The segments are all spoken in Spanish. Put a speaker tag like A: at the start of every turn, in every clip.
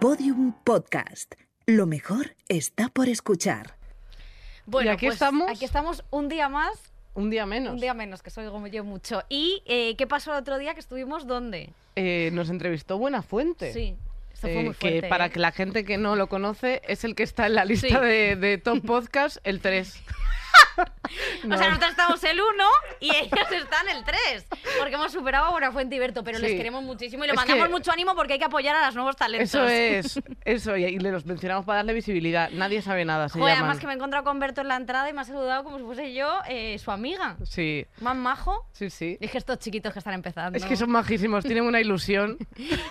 A: Podium Podcast. Lo mejor está por escuchar.
B: Bueno,
C: Y aquí
B: pues,
C: estamos.
B: Aquí estamos un día más,
C: Un día menos.
B: un día menos, que soy como yo mucho. ¿Y eh, qué pasó el otro día que estuvimos dónde?
C: Eh, nos entrevistó Buenafuente.
B: Sí, esto
C: eh,
B: fue muy fuerte.
C: que
B: ¿eh?
C: para que la gente que no lo conoce es el que está en la lista
B: Sí.
C: de, de top podcast, el 3.
B: O sea, nosotros estamos el 1 y ellos están el 3, porque hemos superado a Buenafuente y Berto, pero les
C: Sí.
B: queremos muchísimo y le
C: Es
B: mandamos
C: que-
B: mucho ánimo porque hay que apoyar a los nuevos talentos.
C: eso es, eso, y, y le los mencionamos para darle visibilidad. Nadie sabe nada, se
B: Joder,
C: llaman.
B: además que me he encontrado con Berto en la entrada y me ha saludado como si fuese yo eh, su amiga.
C: Sí,
B: Más majo.
C: sí, sí.
B: Dije estos chiquitos que están empezando.
C: Es que son majísimos, tienen una ilusión.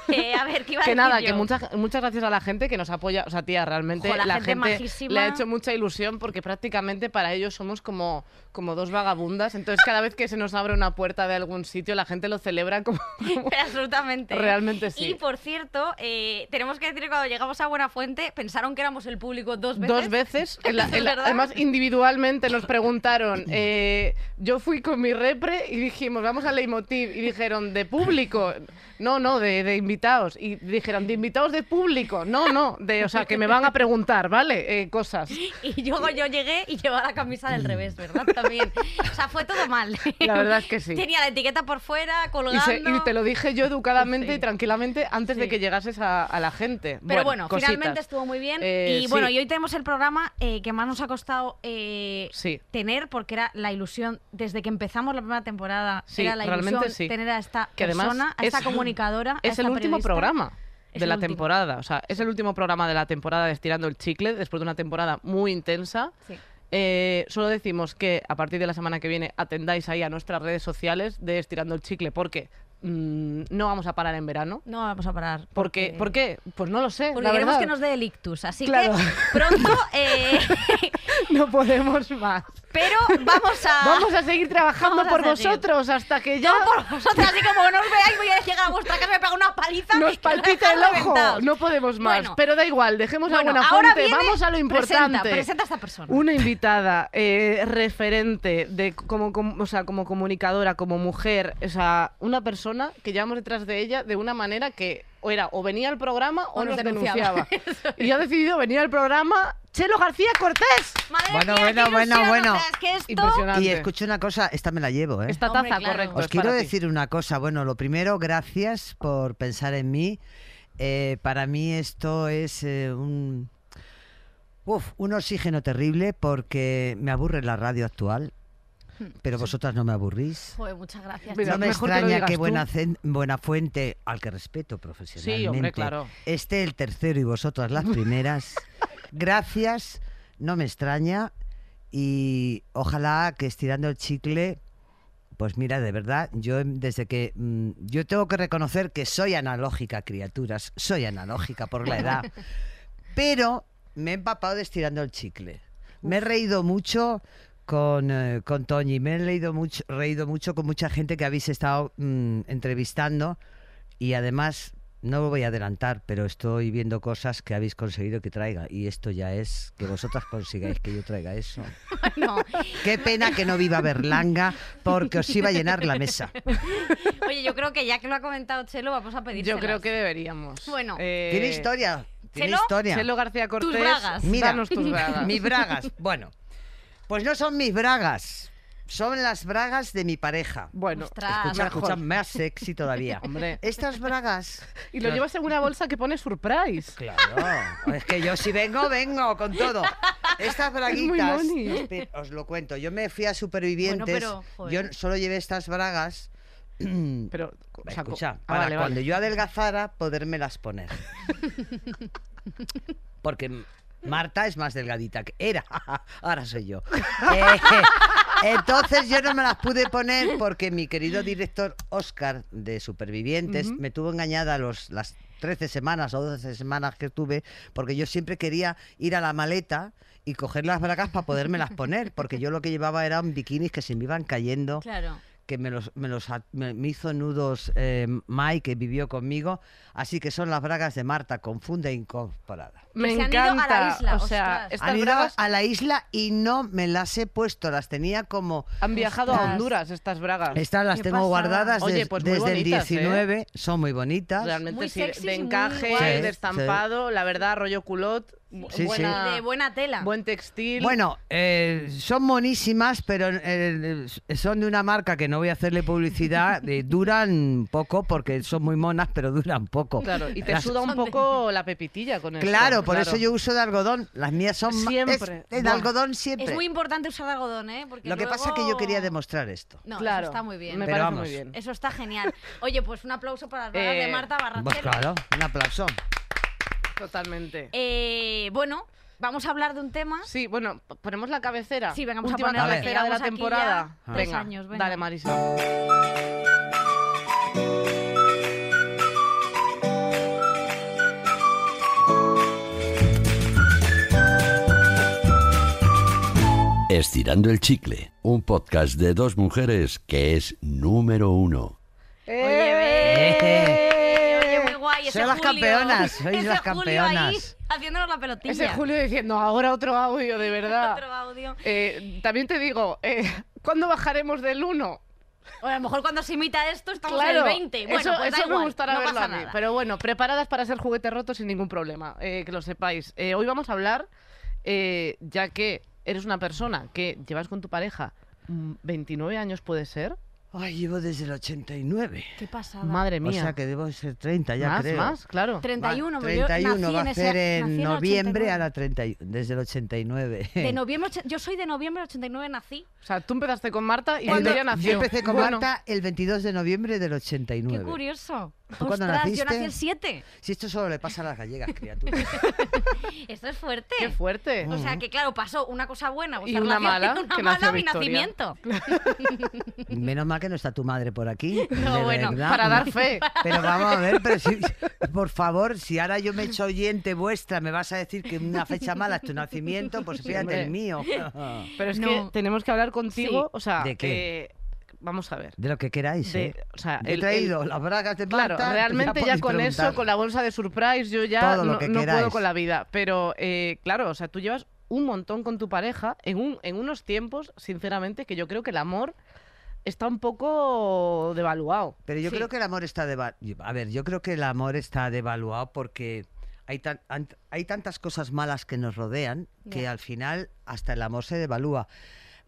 B: Eh, a ver, ¿qué iba a
C: que
B: decir
C: nada,
B: yo?
C: que muchas, muchas gracias a la gente que nos apoya. O sea, tía, realmente
B: Jo, la
C: la,
B: gente
C: gente,
B: majísima.
C: le ha hecho mucha ilusión porque prácticamente para ellos somos como, como dos vagabundas. Entonces, cada vez que se nos abre una puerta de algún sitio, la gente lo celebra como. como-
B: Absolutamente.
C: Realmente sí.
B: Y por cierto, eh, tenemos que decir que cuando llegamos a Buenafuente pensaron que éramos el público dos veces.
C: Dos veces, en la- en la-
B: ¿Verdad?
C: además individualmente nos preguntaron, eh, yo fui con mi repre y dijimos, vamos al leitmotiv, y dijeron, de público, no, no, de, de invitados, y dijeron, de invitados de público, no, no, de, o sea, que me van a preguntar, ¿vale? Eh, cosas.
B: Y luego yo llegué y llevaba la camisa del revés, ¿verdad? También. O sea, fue todo mal.
C: La verdad es que sí.
B: Tenía la etiqueta por fuera,
C: Y,
B: colgando.
C: se- y te lo dije yo educadamente
B: Sí.
C: y tranquilamente antes
B: Sí.
C: de que llegases a, a la gente.
B: Pero bueno,
C: cositas.
B: finalmente estuvo muy bien.
C: Eh,
B: y
C: sí.
B: bueno, y hoy tenemos el programa eh, que más nos ha costado eh,
C: Sí.
B: tener, porque era la ilusión, desde que empezamos la primera temporada,
C: Sí,
B: era la
C: realmente
B: ilusión
C: sí.
B: tener a esta
C: Que además
B: persona, a
C: es-
B: esta comunicadora. a
C: Es
B: esta
C: el último
B: periodista.
C: programa
B: Ah, Es
C: de
B: el
C: la
B: último.
C: temporada. O sea, es el último programa de la temporada de Estirando el Chicle, después de una temporada muy intensa.
B: Sí.
C: Eh, solo decimos que a partir de la semana que viene atendáis ahí a nuestras redes sociales de Estirando el Chicle, porque mm, no vamos a parar en verano.
B: No vamos a parar.
C: Porque, ¿Por qué? Pues no lo sé.
B: Porque
C: la
B: queremos
C: verdad.
B: que nos dé el ictus, así
C: Claro.
B: que pronto. eh,
C: No podemos más.
B: pero vamos a.
C: Vamos a seguir trabajando
B: Ah, Vamos a
C: por
B: seguir.
C: vosotros hasta que
B: Yo
C: ya
B: por vosotras, así como no os veáis, voy a llegar a vuestra casa y me pego una paliza.
C: Nos
B: que os dejáis
C: palpita el ojo.
B: reventados.
C: No podemos más.
B: Bueno.
C: pero da igual, dejemos
B: Bueno,
C: a buena
B: ahora
C: fuente.
B: viene-
C: Vamos a lo importante.
B: Presenta, presenta a esta persona.
C: Una invitada, eh, referente, de, como, com- o sea, como comunicadora, como mujer, o sea, una persona que llevamos detrás de ella de una manera que o era o venía al programa o,
B: O nos
C: nos
B: denunciaba.
C: denunciaba. y ha decidido venir al programa Chelo García Cortés.
B: Madre
D: Bueno,
B: mía, qué
D: bueno, bueno,
B: ilusión,
D: bueno.
B: o sea, Es que esto.
C: Impresionante.
D: Y escucho una cosa, esta me la llevo, ¿eh?
C: Esta taza,
B: Hombre, claro.
C: correcto.
D: Os
C: es para
D: quiero
C: ti.
D: decir una cosa. Bueno, lo primero, gracias por pensar en mí. Eh, para mí esto es eh, un, uf, un oxígeno terrible porque me aburre la radio actual,
C: Hmm.
D: pero vosotras no me aburrís.
B: Joder, muchas gracias.
C: Mira,
D: No me
C: mejor que lo
D: extraña
C: digas
D: que
C: tú.
D: buena, Cen- Buenafuente, al que respeto profesionalmente,
C: Sí, hombre, claro.
D: esté el tercero y vosotras las primeras. Gracias, no me extraña y ojalá que estirando el chicle, pues mira, de verdad, yo em- desde que mm, yo tengo que reconocer que soy analógica, criaturas, soy analógica por la edad, pero me he empapado de estirando el chicle. Me he reído mucho con, eh, con Toñi, me he leído mucho, reído mucho con mucha gente que habéis estado mm, entrevistando y además no lo voy a adelantar, pero estoy viendo cosas que habéis conseguido que traiga y esto ya es que vosotras consigáis que yo traiga eso.
B: Bueno,
D: Qué pena que no viva Berlanga porque os iba a llenar la mesa.
B: oye, yo creo que ya que lo ha comentado Chelo, vamos a pedir.
C: Yo creo que deberíamos.
B: Bueno.
C: Eh,
D: Tiene historia, tiene
B: Chelo,
D: historia.
C: Chelo García Cortés,
B: bragas.
D: Mira,
C: danos tus bragas.
D: mis bragas. Bueno, pues no son mis bragas, son las bragas de mi pareja.
C: Bueno,
B: Ostras.
D: Escucha,
C: mejor.
D: escucha, más sexy todavía.
C: Hombre.
D: Estas bragas.
C: Y lo llevas en una bolsa que pone surprise.
D: Claro, es que yo si vengo, vengo con todo. Estas braguitas,
C: moni.
D: espe- os lo cuento, yo me fui a Supervivientes,
B: Bueno, pero, joder.
D: yo solo llevé estas bragas,
C: Pero, o sea, co-
D: escucha,
C: ah,
D: para
C: vale, vale.
D: cuando yo adelgazara, podérmelas poner. Porque M- Marta es más delgadita que era, ahora soy yo. Eh, entonces yo no me las pude poner porque mi querido director Oscar de Supervivientes me tuvo engañada los, las 13 semanas o 12 semanas que tuve porque yo siempre quería ir a la maleta y coger las bragas para podérmelas poner porque yo lo que llevaba eran bikinis que se me iban cayendo
B: Claro.
D: que me, los, me, los a- me- me hizo nudos eh, Mai, que vivió conmigo. Así que son las bragas de Marta, confunda e incorporada.
C: Me
B: se han ido
C: encanta.
B: a la isla,
C: o sea,
B: ostras.
C: estas
D: Han ido
C: bragas
D: a la isla y no me las he puesto, las tenía como...
C: han viajado
D: Ostras.
C: a Honduras, estas bragas.
D: Estas las
B: Qué
D: tengo
B: pasada.
D: guardadas
C: Oye,
D: des-
C: pues muy
D: desde
C: bonitas, ¿eh?
D: el 19, son muy bonitas.
C: Realmente
B: Muy
C: sí,
B: sexys
C: de
B: y muy
C: encaje,
B: guays.
D: Sí,
C: de estampado, la verdad, rollo culot, bu-
D: Sí, sí.
C: buena-
B: De buena tela.
C: buen textil.
D: Bueno, eh, son monísimas, pero eh, son de una marca que no voy a hacerle publicidad. eh, duran poco porque son muy monas, pero duran poco.
C: Claro, y te
D: Las-
C: suda un poco la pepitilla con esto,
D: Claro, por eso yo uso de algodón. Las mías son ma- es-
C: Siempre.
D: es de
C: Buah.
D: algodón siempre.
B: es muy importante usar algodón, ¿eh? Porque
D: Lo que pasa es que yo
B: luego-
D: quería demostrar esto.
B: No,
C: Claro,
B: eso está muy bien.
C: Me
D: Pero
C: parece
D: vamos.
C: muy bien.
B: Eso está genial. Oye, pues un aplauso para las bragas
C: Eh,
B: de Marta Barrachero.
D: Pues claro, un aplauso.
C: Totalmente.
B: Eh, bueno, vamos a hablar de un tema.
C: Sí, bueno, p- ponemos la cabecera.
B: Sí, venga, vamos a
C: Última
B: ponerla,
D: que
C: cabecera de la
B: llevamos aquí
C: temporada.
B: ya tres años, venga.
C: Dale, Marisa.
E: Estirando el chicle, un podcast de dos mujeres que es número uno.
B: Oye, ve.
D: Eh.
B: Oye, muy guay. Ese
D: Sois las
B: Julio-
D: campeonas, sois
B: ese
D: las
B: Julio ahí
D: campeonas.
B: haciéndonos la pelotilla.
C: Ese Julio diciendo, ahora otro audio, de
B: Otro
C: verdad.
B: audio.
C: Eh, también te digo, eh, ¿cuándo bajaremos del 1?
B: O a lo mejor cuando se imita esto estamos
C: Claro,
B: en el 20. Bueno,
C: eso,
B: pues da
C: eso
B: igual,
C: me gustará
B: no
C: verlo
B: pasa
C: a mí.
B: nada.
C: Pero bueno, preparadas para ser juguete roto sin ningún problema, eh, que lo sepáis. Eh, hoy vamos a hablar, eh, ya que eres una persona que llevas con tu pareja mm, 29 años, puede ser.
D: Ay, llevo desde el 89.
B: Qué pasada.
C: Madre mía.
D: O sea que debo ser 30 ya
C: más,
D: creo.
C: más, claro.
B: 31, pero
D: Va,
B: pues yo
D: 31
B: nací
D: va
B: en
D: a
B: ese-
D: ser
B: nací
D: en
B: el
D: noviembre,
B: 89.
D: ahora 31, desde el 89.
B: De noviembre, och- yo soy de noviembre del 89, nací.
C: O sea, tú empezaste con Marta y
D: El
C: Victoria
D: no-
C: nació.
D: Yo empecé con
C: Bueno,
D: Marta el 22 de noviembre del 89.
B: Qué curioso.
D: ¿Tú cuándo
B: Ostras, yo
D: naciste?
B: nací el 7.
D: Si esto solo le pasa a las gallegas, criatura.
B: Esto es fuerte.
C: Qué fuerte.
B: O sea que claro, pasó una cosa buena. vuestra
C: Y una
B: relación,
C: mala,
B: una
C: que
B: mala,
C: nació
B: mi
C: Victoria.
B: nacimiento.
D: Menos mal que no está tu madre por aquí.
B: No,
D: de
B: bueno,
D: verdad.
C: Para dar fe.
D: Pero vamos a ver, pero si, por favor, si ahora yo me echo oyente vuestra, me vas a decir que una fecha mala es tu nacimiento, pues fíjate
C: hombre.
D: el mío.
C: Pero es
B: No.
C: que tenemos que hablar contigo.
B: Sí.
C: O sea,
D: ¿De qué?
C: eh, vamos a ver.
D: De lo que queráis,
C: De-
D: ¿eh?
C: o sea,
D: Yo he
C: el-
D: traído las bragas de pues,
C: Claro,
D: plata.
C: realmente ya, con eso, con la bolsa de surprise, yo ya
D: Todo lo
C: no,
D: que
C: no puedo
D: queráis.
C: con la vida. Pero eh, claro, o sea, tú llevas un montón con tu pareja en, un, en unos tiempos, sinceramente, que yo creo que el amor está un poco devaluado.
D: Pero yo
B: Sí.
D: creo que el amor está devaluado. A ver, yo creo que el amor está devaluado porque hay, tan- an- hay tantas cosas malas que nos rodean que
B: Ya.
D: al final hasta el amor se devalúa.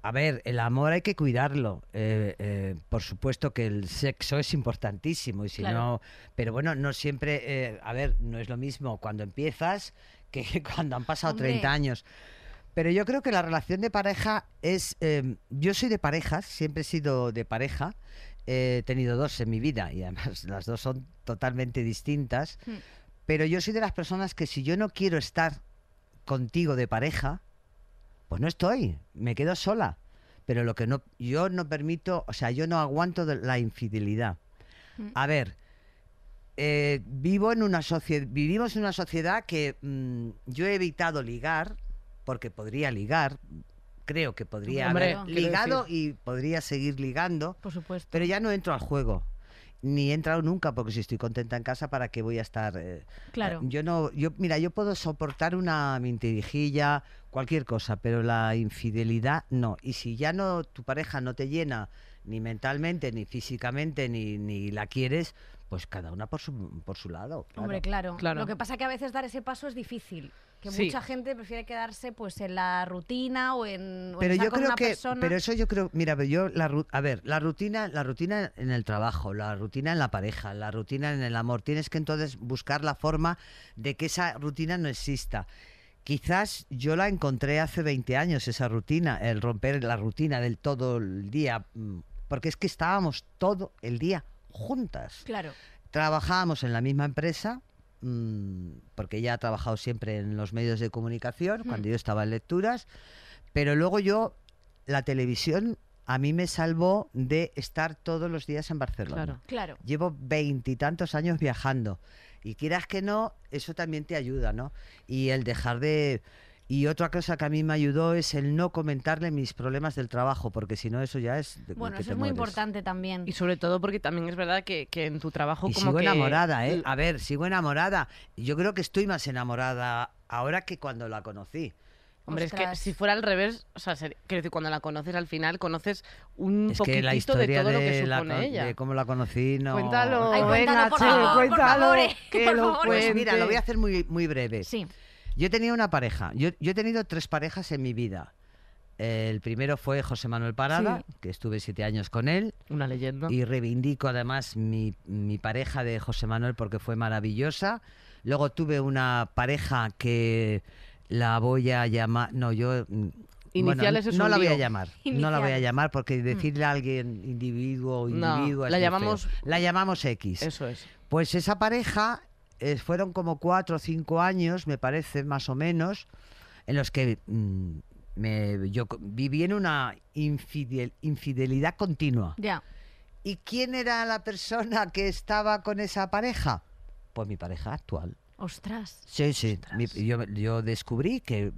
D: A ver, el amor hay que cuidarlo. Eh, eh, por supuesto que el sexo es importantísimo y si
B: Claro.
D: no, pero bueno, no siempre. eh, a ver, no es lo mismo cuando empiezas que cuando han pasado
B: Hombre.
D: 30 años. Pero yo creo que la relación de pareja es. eh, yo soy de parejas, siempre he sido de pareja. He tenido dos en mi vida y además las dos son totalmente distintas.
B: Hmm.
D: Pero yo soy de las personas que si yo no quiero estar contigo de pareja, pues no estoy, me quedo sola. Pero lo que no, yo no permito, o sea, yo no aguanto de- la infidelidad.
B: Mm.
D: A ver, eh, vivo en una sociedad, vivimos en una sociedad que mm, yo he evitado ligar, porque podría ligar, creo que podría
C: Hombre,
D: haber
C: quiero
D: ligado y podría seguir ligando,
B: Por supuesto.
D: pero ya no entro al juego. Ni he entrado nunca porque si estoy contenta en casa, ¿para qué voy a estar? eh,
B: Claro.
D: Yo no, yo, mira, yo puedo soportar una mentirijilla, cualquier cosa, pero la infidelidad no. Y si ya no, tu pareja no te llena ni mentalmente, ni físicamente, ni, ni la quieres, pues cada una por su, por su lado. claro.
B: Hombre, claro.
C: Claro.
B: Lo que pasa que a veces dar ese paso es difícil. Que
C: Sí.
B: mucha gente prefiere quedarse pues en la rutina o en, o en
D: pero
B: estar
D: yo
B: con
D: creo
B: una
D: que
B: persona.
D: pero eso yo creo mira pero yo la ru- a ver la rutina la rutina en el trabajo la rutina en la pareja la rutina en el amor tienes que entonces buscar la forma de que esa rutina no exista Quizás yo la encontré hace 20 años, esa rutina, el romper la rutina del todo el día, mm, porque es que estábamos todo el día juntas
B: Claro.
D: trabajábamos en la misma empresa, mm, porque ella ha trabajado siempre en los medios de comunicación,
B: Mm.
D: cuando yo estaba en lecturas, pero luego yo, la televisión a mí me salvó de estar todos los días en Barcelona.
C: Claro.
B: Claro.
D: Llevo veintitantos años viajando y quieras que no, eso también te ayuda, ¿no? Y el dejar de... Y otra cosa que a mí me ayudó es el no comentarle mis problemas del trabajo, porque si no eso ya es... de-
B: Bueno,
D: que
B: eso
D: te
B: es muy
D: mueres.
B: importante también.
C: Y sobre todo porque también es verdad que, que en tu trabajo
D: Y
C: como
D: sigo
C: que...
D: enamorada, ¿eh? A ver, sigo enamorada. Yo creo que estoy más enamorada ahora que cuando la conocí.
C: Hombre, es que
B: Ostras.
C: si fuera al revés, o sea, ser- quiero decir, cuando la conoces al final conoces un
D: es que
C: poquitito
D: la historia
C: de todo lo que
D: la
C: supone
D: co-
C: ella.
D: de cómo la conocí no...
C: Cuéntalo,
B: Ay, cuéntalo,
C: venga,
B: por
C: che,
B: favor, por
C: cuéntalo,
B: favor, eh,
C: que
B: por
C: lo
B: favor.
D: Pues mira, lo voy
C: cuente.
D: a hacer muy, muy breve.
B: Sí.
D: Yo tenía una pareja. Yo, yo he tenido tres parejas en mi vida. El primero fue José Manuel Parada, que estuve siete años con él.
C: Una leyenda.
D: Y reivindico además mi, mi pareja de José Manuel porque fue maravillosa. Luego tuve una pareja que la voy a llamar. No, yo. mm,
C: Iniciales es
D: no
C: un
D: la voy a
C: lío. Mm.
D: llamar. No la voy a
B: Iniciales.
D: llamar porque decirle a alguien individuo o
C: No,
D: individuo. es
C: la
D: muy feo.
C: llamamos-
D: La llamamos X.
C: Eso es.
D: Pues esa pareja eh, fueron como cuatro o cinco años, me parece, más o menos, en los que mm, me- yo co- viví en una infidel- infidelidad continua.
B: Ya.
D: ¿Y quién era la persona que estaba con esa pareja? Pues mi pareja actual.
B: Ostras.
D: Sí, sí. mi- yo, yo descubrí que,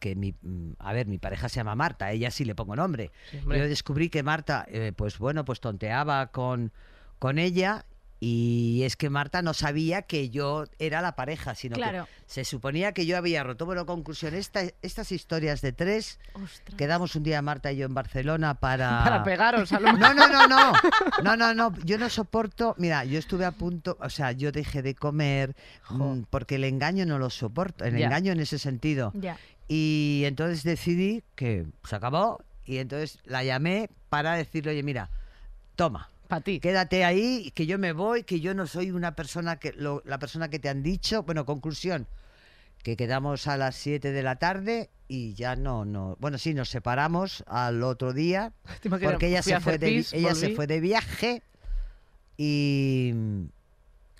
D: que mi... mm, A ver, mi pareja se llama Marta, a ella sí le pongo nombre.
C: Sí, hombre.
D: Yo descubrí que Marta, eh, pues bueno, pues tonteaba con, con ella y es que Marta no sabía que yo era la pareja, sino
B: Claro.
D: que se suponía que yo había roto. Bueno, conclusión, esta- estas historias de tres,
B: Ostras.
D: quedamos un día Marta y yo en Barcelona para...
C: Para pegaros a lo
D: No, no, no, no. No, no, no. Yo no soporto. Mira, yo estuve a punto. O sea, yo dejé de comer
C: Jo.
D: mm, porque el engaño no lo soporto. El
C: Ya.
D: engaño en ese sentido.
B: Ya.
D: Y entonces decidí que se acabó. Y entonces la llamé para decirle, oye, mira, toma,
C: Para ti.
D: quédate ahí, que yo me voy, que yo no soy una persona que lo- la persona que te han dicho. Bueno, conclusión, que quedamos a las 7 de la tarde y ya no, no. Bueno, sí, nos separamos al otro día
C: Te imaginas,
D: porque ella
C: fui a
D: se fue
C: hacer
D: de, vi-
C: pis,
D: ella se
C: volví.
D: fue de viaje y mm,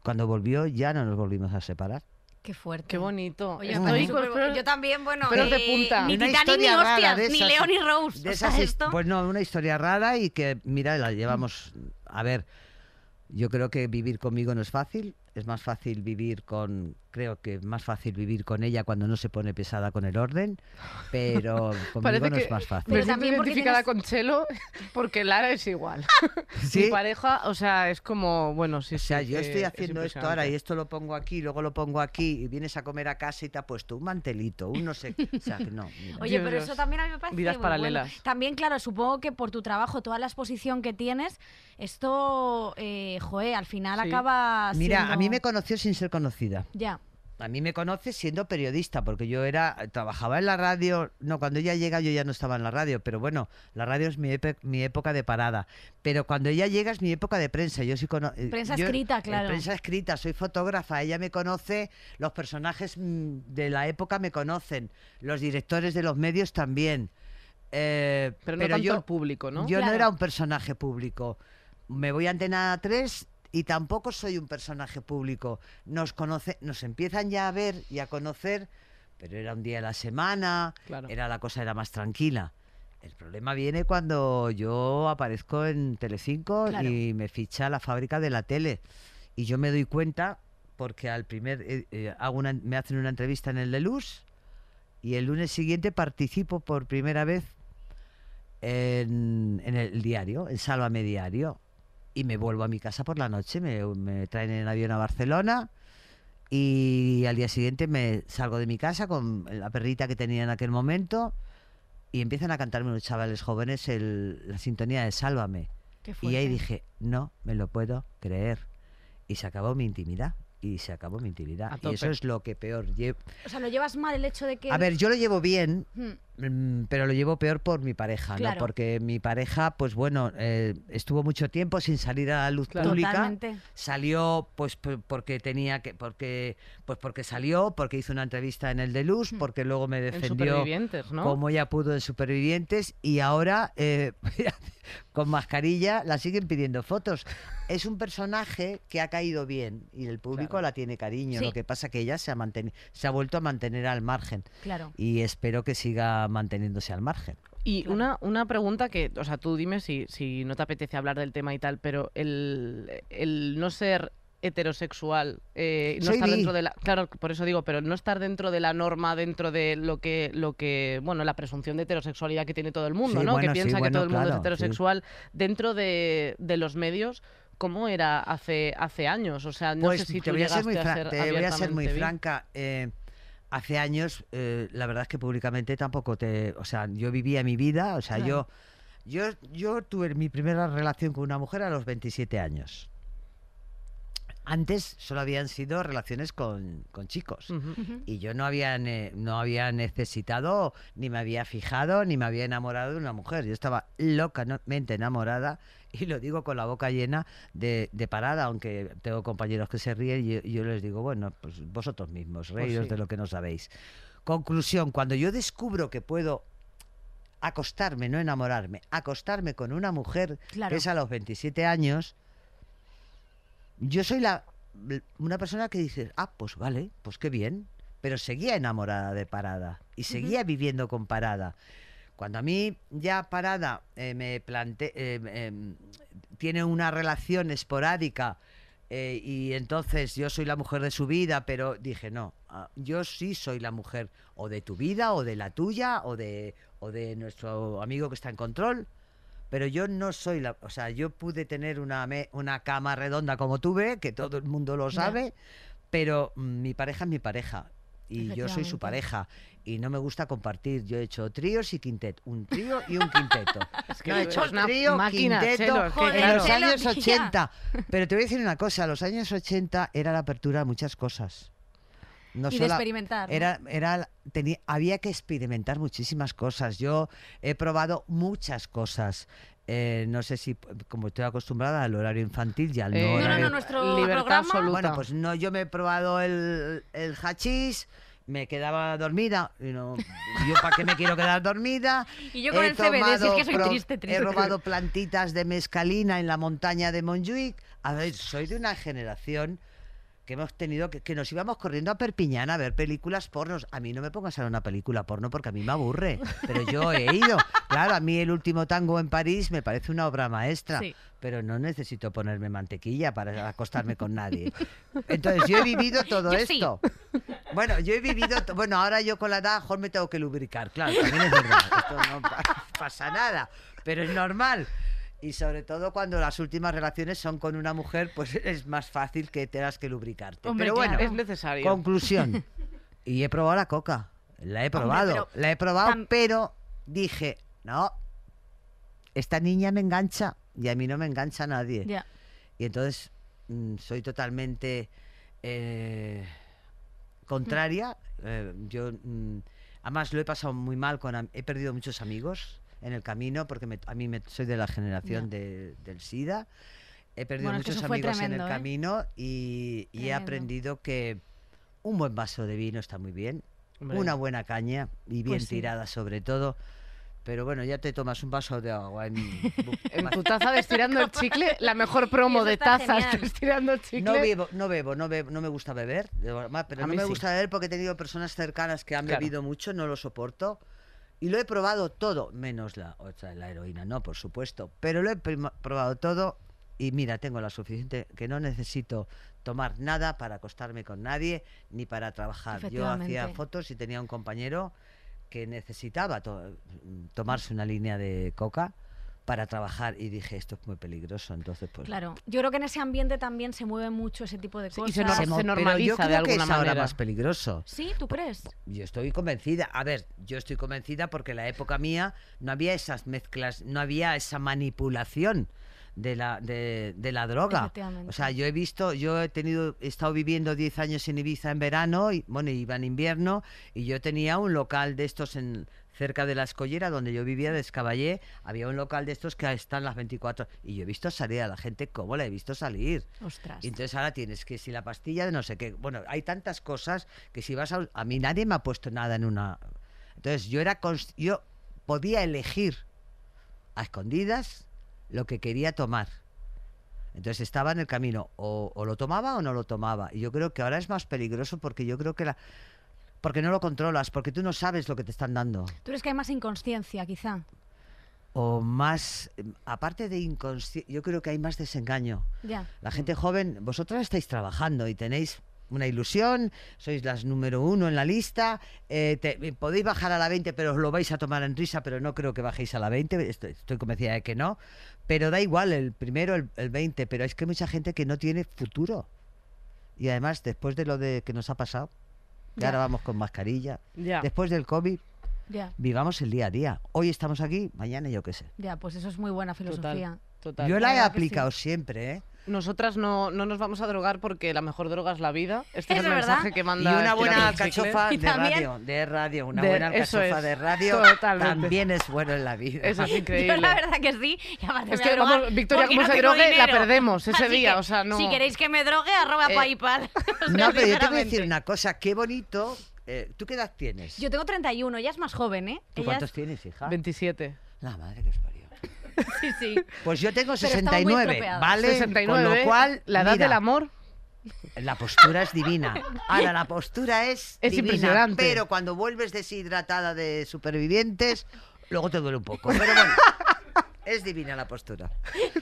D: cuando volvió ya no nos volvimos a separar.
B: Qué fuerte.
C: Qué bonito.
B: Oye,
D: Estoy
B: estoy
C: con- pero-
B: yo también, bueno,
C: pero es de
B: eh,
C: punta.
B: ni
D: Una
B: Titanic ni
D: historia rara
B: hostias,
D: de
B: ni
D: esas-
B: Leon y Rose.
D: De
B: o sea,
D: esas his-
B: esto.
D: Pues no, una historia rara y que, mira, la llevamos. A ver, yo creo que vivir conmigo no es fácil. Es más fácil vivir con. Creo que es más fácil vivir con ella cuando no se pone pesada con el orden, pero conmigo
C: Parece
D: no
C: que-
D: es más fácil.
B: Pero
C: Me siento
B: también porque
C: identificada
B: tienes-
C: con Chelo porque Lara es igual.
D: Sí.
C: Mi pareja, o sea, es como, bueno, sí,
D: O sea,
C: sí,
D: yo
C: que
D: estoy
C: es
D: haciendo esto ahora y
C: impresionante.
D: esto lo pongo aquí, luego lo pongo aquí y vienes a comer a casa y te ha puesto un mantelito, un no sé. qué. O sea, que no. mira.
B: Oye, pero
C: Dios.
B: eso también a mí me parece
C: Vidas
B: muy
C: paralelas.
B: bueno. También, claro, supongo que por tu trabajo, toda la exposición que tienes, esto, eh, joe, al final
C: Sí.
B: acaba
D: Mira,
B: siendo-
D: a mí me conoció sin ser conocida.
B: Ya,
D: A mí me conoce siendo periodista, porque yo era trabajaba en la radio. No, cuando ella llega yo ya no estaba en la radio, pero bueno, la radio es mi, epe- mi época de parada. Pero cuando ella llega es mi época de prensa. Yo sí cono- eh,
B: Prensa
D: yo-
B: escrita,
D: eh,
B: claro.
D: Prensa escrita, soy fotógrafa, ella me conoce, los personajes mm, de la época me conocen, los directores de los medios también. Eh,
C: Pero no tanto
D: yo,
C: el público, ¿no?
D: yo
B: Claro.
D: no era un personaje público. Me voy a Antena 3 y tampoco soy un personaje público. Nos conoce, nos empiezan ya a ver y a conocer, pero era un día de la semana,
C: Claro.
D: era la cosa era más tranquila. El problema viene cuando yo aparezco en Telecinco
B: Claro.
D: y me ficha la fábrica de la tele y yo me doy cuenta porque al primer eh, eh, hago una- me hacen una entrevista en el de Luz y el lunes siguiente participo por primera vez en, en el diario, en Sálvame Diario. Y me vuelvo a mi casa por la noche, me, me traen en avión a Barcelona y al día siguiente me salgo de mi casa con la perrita que tenía en aquel momento y empiezan a cantarme unos chavales jóvenes el- la sintonía de Sálvame.
B: qué fuerte.
D: Y ahí dije, no me lo puedo creer. Y se acabó mi intimidad. Y se acabó mi
C: A
D: intimidad. Y
C: tope.
D: eso es lo que peor llevo.
B: O sea, lo llevas mal el hecho de que...
D: A ver, yo lo llevo bien,
B: Hmm,
D: mm, pero lo llevo peor por mi pareja,
B: Claro.
D: ¿no? Porque mi pareja, pues bueno, eh, estuvo mucho tiempo sin salir a la luz
C: Claro.
D: pública.
B: Totalmente.
D: Salió, pues, p- porque tenía que, porque, pues porque salió, porque hizo una entrevista en el de Luz, porque luego me
C: Hmm. En
D: defendió
C: supervivientes, ¿no?
D: como ella pudo en Supervivientes y ahora eh, con mascarilla la siguen pidiendo fotos. Es un personaje que ha caído bien y el público
C: Claro.
D: la tiene cariño.
B: Sí.
D: Lo que pasa que ella se ha, manten- se ha vuelto a mantener al margen
B: Claro.
D: y espero que siga manteniéndose al margen.
C: Y una, una pregunta que, o sea, tú dime si, si no te apetece hablar del tema y tal, pero el, el no ser heterosexual, eh, no
D: Soy
C: estar
D: bi.
C: dentro de la, claro, por eso digo, pero no estar dentro de la norma, dentro de lo que, lo que, bueno, la presunción de heterosexualidad que tiene todo el mundo,
D: Sí,
C: ¿no?
D: bueno,
C: que
D: sí,
C: piensa que
D: bueno,
C: todo el mundo es
D: claro, sí.
C: heterosexual dentro de, de los medios. ¿Cómo era hace, hace años? O sea, no
D: Pues
C: sé si
D: te
C: tú
D: voy a
C: llegaste
D: ser muy,
C: a
D: fran-
C: ser
D: te voy a ser muy
C: abiertamente bi.
D: franca. eh, hace años, eh, la verdad es que públicamente tampoco te. O sea, yo vivía mi vida, o sea, yo. Yo, yo tuve mi primera relación con una mujer a los 27 años. Antes solo habían sido relaciones con, con chicos.
C: Ujú.
D: Y yo no había, ne- no había necesitado, ni me había fijado, ni me había enamorado de una mujer. Yo estaba locamente enamorada, y lo digo con la boca llena de, de parada, aunque tengo compañeros que se ríen y yo, yo les digo, bueno, pues vosotros mismos, reíros
C: Pues sí.
D: de lo que no sabéis. Conclusión, cuando yo descubro que puedo acostarme, no enamorarme, acostarme con una mujer
B: Claro.
D: que es a los 27 años, yo soy la una persona que dice, ah, pues vale, pues qué bien, pero seguía enamorada de Parada y seguía viviendo con Parada. Cuando a mí ya Parada eh, me plante eh, em, tiene una relación esporádica eh, y entonces yo soy la mujer de su vida, pero dije, no, ah, yo sí soy la mujer o de tu vida o de la tuya o de, o de nuestro amigo que está en control. Pero yo no soy la... O sea, yo pude tener una, me- una cama redonda como tuve, que todo el mundo lo
B: Ya.
D: sabe, pero mm, mi pareja es mi pareja. Y yo soy
B: Efectivamente.
D: su pareja. Y no me gusta compartir. Yo he hecho tríos y quinteto. Un trío y un quinteto.
C: Es que
D: No, he
C: eres
D: hecho
C: una
D: trío,
C: máquina,
D: quinteto,
C: Chelo, es que
B: joder,
D: en los
B: Chelo,
D: años
B: tía.
D: 80. Pero te voy a decir una cosa. Los años 80 era la apertura a muchas cosas. No
B: y de
D: solo-
B: experimentar. ¿no?
D: era, era, tenía, había que experimentar muchísimas cosas. Yo he probado muchas cosas. Eh, no sé si, como estoy acostumbrada al horario infantil y al no
C: Eh,
B: no, no,
D: horario.
B: nuestro
C: libertad
B: programa-
C: absoluta.
D: Bueno, pues no, yo me he probado el, el hachís, me quedaba dormida. y no- ¿Yo para qué me quiero quedar dormida?
B: Y yo con el CBD, si es que soy
D: pro-
B: triste, triste.
D: He robado plantitas de mezcalina en la montaña de Montjuic. A ver, soy de una generación que hemos tenido que, que nos íbamos corriendo a Perpiñán a ver películas pornos. A mí no me pongas a ver una película porno porque a mí me aburre, pero yo he ido. Claro, a mí el último tango en París me parece una obra maestra,
B: Sí.
D: pero no necesito ponerme mantequilla para acostarme con nadie. Entonces, yo he vivido todo
B: Yo sí.
D: esto. Bueno, yo he vivido, to- bueno, ahora yo con la edad, a lo mejor me tengo que lubricar, claro, también es verdad, esto no pa- pasa nada, pero es normal. Y sobre todo cuando las últimas relaciones son con una mujer, pues es más fácil que tengas que lubricarte.
B: Hombre,
D: pero bueno,
B: claro.
C: Es necesario.
D: conclusión. Y he probado la coca, la he probado,
B: pero
D: la he probado,
B: tam-
D: pero dije, no, esta niña me engancha y a mí no me engancha nadie.
B: Ya.
D: Y entonces mm, soy totalmente eh, contraria. Eh, yo, mm, además, lo he pasado muy mal. Con, am- he perdido muchos amigos en el camino porque me- a mí me, soy de la generación de- del SIDA. He perdido
B: Bueno, es que
D: muchos
B: eso fue
D: amigos en
B: tremendo,
D: el
B: ¿eh?
D: camino y, y he
B: Tremendo.
D: aprendido que un buen vaso de vino está muy bien,
C: Hombre.
D: una buena caña y bien
B: Pues sí.
D: tirada sobre todo. Pero bueno, ya te tomas un vaso de agua en, bu-
C: En tu taza de estirando el chicle, la mejor promo
B: Eso
C: de
B: está
C: tazas
B: genial.
C: de estirando el chicle.
D: No bebo, no bebo, no bebo, no me gusta beber, de verdad,
C: A
D: pero no
C: mí
D: me
C: sí.
D: gusta beber porque he tenido personas cercanas que han
C: Claro.
D: bebido mucho, no lo soporto. Y lo he probado todo, menos la, o sea, la heroína, no, por supuesto, pero lo he prima- probado todo y mira, tengo la suficiente que no necesito tomar nada para acostarme con nadie ni para trabajar. Yo hacía
B: Efectivamente.
D: fotos y tenía un compañero que necesitaba to- tomarse una línea de coca para trabajar y dije, esto es muy peligroso, entonces pues
B: Claro. Yo creo que en ese ambiente también se mueve mucho ese tipo de
C: Sí,
B: cosas.
C: y se nos-
D: se mo- pero
C: normaliza de
D: yo creo que
C: alguna
D: es ahora
C: manera.
D: más peligroso.
B: Sí, ¿tú crees?
D: Yo estoy convencida. A ver, yo estoy convencida porque en la época mía no había esas mezclas, no había esa manipulación de la, de, de la droga.
B: Efectivamente.
D: O sea, yo he visto, yo he tenido, he estado viviendo 10 años en Ibiza en verano, y bueno, iba en invierno, y yo tenía un local de estos en cerca de la escollera donde yo vivía de Escaballé, había un local de estos que están las 24 y yo he visto salir a la gente como la he visto salir.
B: Ostras.
D: Y entonces ahora tienes que si la pastilla de no sé qué. Bueno, hay tantas cosas que si vas a... A mí nadie me ha puesto nada en una... Entonces yo era... cons- Yo podía elegir a escondidas lo que quería tomar. Entonces estaba en el camino. O, o lo tomaba o no lo tomaba. Y yo creo que ahora es más peligroso porque yo creo que la... Porque no lo controlas, porque tú no sabes lo que te están dando.
B: ¿Tú crees que hay más inconsciencia, quizá?
D: o más, em, aparte de inconsciente, yo creo que hay más desengaño.
B: Ya.
D: La gente joven, vosotras estáis trabajando y tenéis una ilusión, sois las número uno en la lista, eh, te- podéis bajar a la 20, pero os lo vais a tomar en risa, pero no creo que bajéis a la 20, estoy, estoy convencida de que no, pero da igual el primero, el, el 20, pero es que hay mucha gente que no tiene futuro. Y además, después de lo de que nos ha pasado, que
B: Ya.
D: ahora vamos con mascarilla,
C: Ya.
D: después del COVID,
B: Ya.
D: vivamos el día a día. Hoy estamos aquí, mañana yo qué sé.
B: Ya, pues eso es muy buena filosofía.
C: Total. Total.
D: Yo la he
B: verdad que sí.
D: aplicado siempre, ¿eh?
C: Nosotras no, no nos vamos a drogar porque la mejor droga es la vida. Este
B: Eso
C: es el
B: es verdad.
C: mensaje que manda.
D: y una
C: Estirando
D: buena
C: el Chicle.
D: alcachofa
B: Y
D: de
B: también-
D: radio, de radio, una
C: De-
D: buena
C: eso
D: alcachofa
C: es,
D: de radio
C: totalmente.
D: también es bueno en la vida.
C: Eso es
B: Yo la
C: increíble.
B: verdad que sí. y aparte
C: Es
B: me voy
C: que,
B: a drogar
C: vamos, Victoria,
B: porque
C: como
B: no
C: se
B: tengo
C: drogue, la
B: dinero.
C: perdemos ese día, o sea, no-
B: Si queréis que me drogue, arroba
C: Eh,
B: paypal. O sea,
D: No, pero yo te voy a decir
B: sinceramente.
D: una cosa, qué bonito. eh, ¿Tú qué edad tienes?
B: Yo tengo 31, ella es más joven, ¿eh?
D: ¿Tú
B: Ella
D: cuántos
B: es-
D: tienes, hija?
C: 27.
D: La madre que os parió.
B: Sí, sí.
D: Pues yo tengo
B: Pero estaba muy
D: 69,
B: estropeada.
D: ¿vale?
C: 69.
D: Con lo cual,
C: la edad
D: mira,
C: del amor.
D: La postura es divina. Ahora, la postura es,
C: Es
D: divina,
C: impresionante.
D: Pero cuando vuelves deshidratada de supervivientes, luego te duele un poco. Pero bueno, es divina la postura.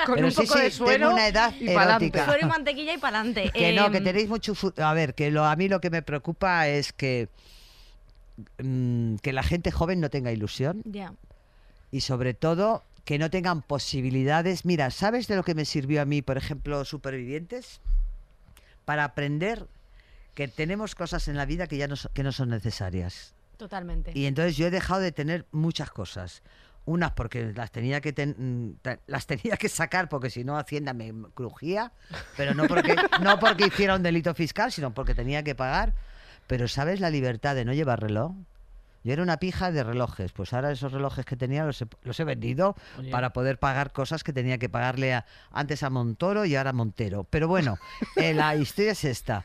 C: Con
D: Pero
C: un
D: sí,
C: poco
D: sí,
C: de
D: tengo
C: suero.
D: una edad
C: y pa'lante.
D: erótica.
B: Suero y mantequilla y pa'lante.
D: Que no, que
B: Em,
D: tenéis mucho... fu- A ver, que lo, a mí lo que me preocupa es que, mm, que la gente joven no tenga ilusión
B: Ya.
D: y sobre todo que no tengan posibilidades. Mira, ¿sabes de lo que me sirvió a mí, por ejemplo, Supervivientes? Para aprender que tenemos cosas en la vida que ya no, so- que no son necesarias.
B: Totalmente.
D: Y entonces yo he dejado de tener muchas cosas. Unas porque las tenía que ten- mm, ta- las tenía que sacar porque si no Hacienda me crujía, pero no porque no porque hiciera un delito fiscal, sino porque tenía que pagar. Pero sabes la libertad de no llevar reloj. Yo era una pija de relojes, pues ahora esos relojes que tenía los he, los he vendido
C: Oye.
D: para poder pagar cosas que tenía que pagarle a- antes a Montoro y ahora a Montero. Pero bueno, eh, la historia es esta.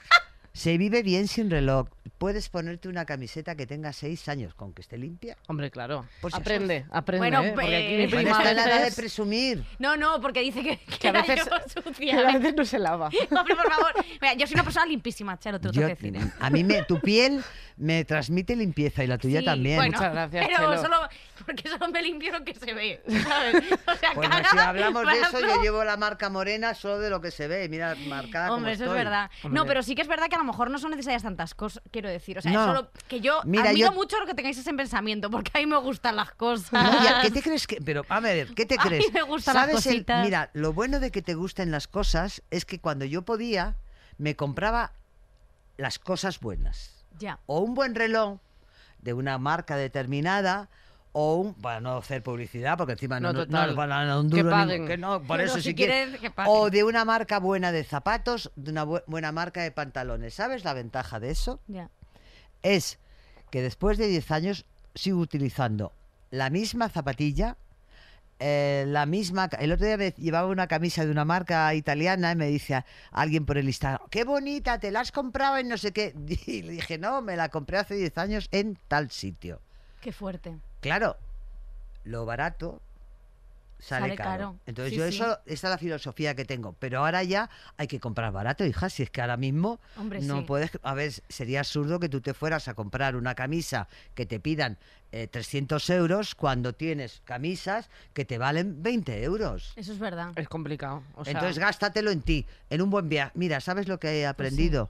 D: Se vive bien sin reloj. Puedes ponerte una camiseta que tenga seis años, con que esté limpia.
C: Hombre, claro.
D: Pues eso.
C: aprende, aprende.
B: Bueno,
C: ¿eh? Porque aquí
B: eh,
C: mi
B: Bueno,
D: Bueno,
C: prima
D: esta es la
C: a
D: edad de
C: veces-
D: presumir.
B: No, no, porque dice que, que,
C: Que a
B: la
C: veces-
B: llevo
C: que a
B: sucia.
C: veces no se lava.
B: Hombre, por favor. Mira, yo soy una persona limpísima, Charo, te lo tengo
D: Yo-
B: que decir. ¿eh?
D: a mí me, tu piel me transmite limpieza y la tuya
B: Sí,
D: también.
B: bueno,
C: Muchas gracias,
B: Pero
C: Chelo.
B: solo porque solo me limpio lo que se ve, ¿sabes? O sea,
D: Bueno,
B: cara,
D: Pues si hablamos de eso,
B: brazo.
D: yo llevo la marca morena solo de lo que se ve. Mira, marcada como
B: Hombre, eso
D: estoy.
B: es verdad. No,
C: Hombre.
B: pero sí que es verdad que a lo mejor no son necesarias tantas cosas, quiero decir. O sea,
D: No.
B: solo que yo
D: Mira,
B: admiro
D: yo-
B: mucho lo que tengáis ese pensamiento, porque a mí me gustan las cosas.
D: No, ya, ¿Qué te crees que.? Pero, a ver, ¿qué te
B: A mí
D: crees?
B: me gustan las
D: ¿Sabes el-
B: cositas.
D: mira, lo bueno de que te gusten las cosas es que cuando yo podía, me compraba las cosas buenas.
B: Ya.
D: O un buen reloj de una marca determinada. O un, para no hacer publicidad, porque encima no,
C: No,
D: no-
C: total.
D: no van a dar un
C: Que
D: duro ningún-
C: paguen.
D: que no, por
B: No,
D: eso
B: no,
D: si
B: si
D: quieres.
B: quieres, que paguen.
D: o de una marca buena de zapatos, de una bu- buena marca de pantalones. ¿Sabes la ventaja de eso?
B: Ya.
D: es que después de 10 años sigo utilizando la misma zapatilla, eh, la misma... ca- El otro día me llevaba una camisa de una marca italiana y me dice a- alguien por el Instagram, qué bonita, te la has comprado en no sé qué. Y le dije, no, me la compré hace 10 años en tal sitio.
B: Qué fuerte.
D: Claro, lo barato sale,
B: Sale
D: caro.
B: caro.
D: Entonces
B: Sí,
D: yo
B: sí.
D: eso, esa es la filosofía que tengo. Pero ahora ya hay que comprar barato, hija, si es que ahora mismo
B: Hombre,
D: no
B: sí.
D: puedes... A ver, sería absurdo que tú te fueras a comprar una camisa que te pidan eh, 300 euros cuando tienes camisas que te valen 20 euros.
B: Eso es verdad.
C: Es complicado. o sea,
D: Entonces gástatelo en ti, en un buen viaje. Mira, ¿sabes lo que he aprendido?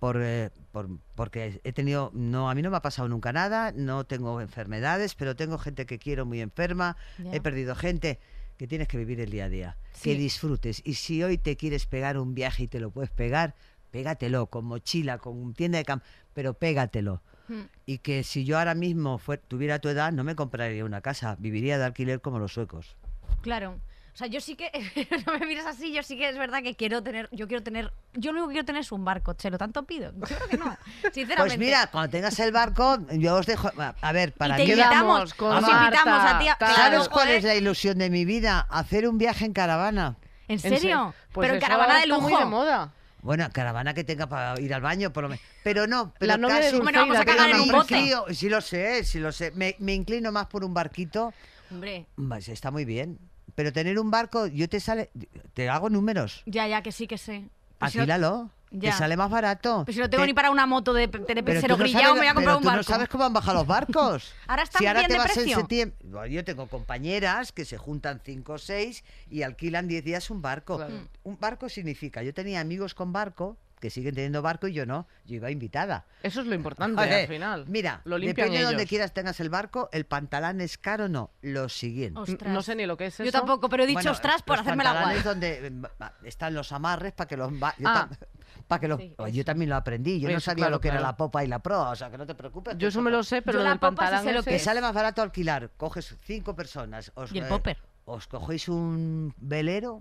D: Por, eh, por- porque he tenido, no, a mí no me ha pasado nunca nada, no tengo enfermedades, pero tengo gente que quiero muy enferma,
B: Ya.
D: he perdido gente que tienes que vivir el día a día,
B: Sí.
D: que disfrutes. Y si hoy te quieres pegar un viaje y te lo puedes pegar, pégatelo con mochila, con tienda de campo, pero pégatelo.
B: Mm.
D: Y que si yo ahora mismo fue- tuviera tu edad, no me compraría una casa, viviría de alquiler como los suecos.
B: Claro. O sea, yo sí que, no me mires así, yo sí que es verdad que quiero tener, yo quiero tener, yo lo único que quiero tener es un barco, chelo, tanto pido. Yo creo que no, sinceramente.
D: Pues mira, cuando tengas el barco, yo os dejo. a- A ver, para
B: y te
D: mí.
C: invitamos,
B: invitamos,
C: con
B: os
C: Marta,
B: invitamos a ti. a-
C: tal.
B: claro, ¿eh?
D: ¿Sabes cuál
B: joder.
D: es la ilusión de mi vida? Hacer un viaje en caravana.
B: ¿En
C: en se-
B: serio?
C: pues
B: Pero en
C: eso
B: caravana
C: ahora
B: de
C: está
B: lujo.
C: muy de moda.
D: Bueno, caravana que tenga para ir al baño, por lo menos. Pero no, pero
C: la novia
D: casi.
C: de
B: Bueno,
C: Dulceida.
B: vamos a
C: que
B: cagar
C: tiene
B: en un
C: nombre.
B: bote.
D: Inclino- Sí, lo sé, sí lo sé. Me, me inclino más por un barquito.
B: Hombre,
D: Pues está muy bien. Pero tener un barco, yo te sale. Te hago números.
B: ya, ya, que sí, que sé. Pues si no-
D: Alquílalo.
B: Ya.
D: Que sale más barato.
B: Pero si no tengo
D: Te-
B: ni para una moto de tener
D: pero tú
B: pesero
D: no
B: grillado,
D: sabes-
B: me voy a comprar
D: pero
B: un
D: tú
B: barco.
D: no sabes cómo han bajado los barcos.
B: Ahora están
D: si ahora
B: bien
D: te
B: de
D: vas
B: precio.
D: en septiembre. Bueno, Yo tengo compañeras que se juntan cinco o seis y alquilan 10 días un barco. Mm.
C: Claro.
D: Un barco significa, yo tenía amigos con barco que siguen teniendo barco y yo no, yo iba invitada.
C: Eso es lo importante
D: Joder,
C: al final.
D: Mira,
C: lo limpian
D: depende de donde
C: ellos.
D: quieras tengas el barco, el pantalán es caro o no, lo siguiente.
B: Ostras.
C: N- No sé ni lo que es eso.
B: Yo tampoco, pero he dicho
D: Bueno,
B: ostras por
D: los
B: hacerme la guay.
D: pantalones donde eh, va- están los amarres para que los va- yo,
C: Ah.
D: tam- pa' que los-
B: Sí,
D: oh,
B: eso.
D: yo también lo aprendí, yo no
C: Eso,
D: sabía
C: Pues claro,
D: lo que
C: claro.
D: era la popa y la proa, o sea, que no te preocupes.
C: Yo eso me lo sé, pero
B: Yo
C: lo
B: la
C: del
B: popa sí
C: pantalán
B: sé lo
C: ese-
B: que
D: Que
B: es.
D: sale más barato alquilar, coges cinco personas, os,
B: Y el
D: eh,
B: popper.
D: os cogéis un velero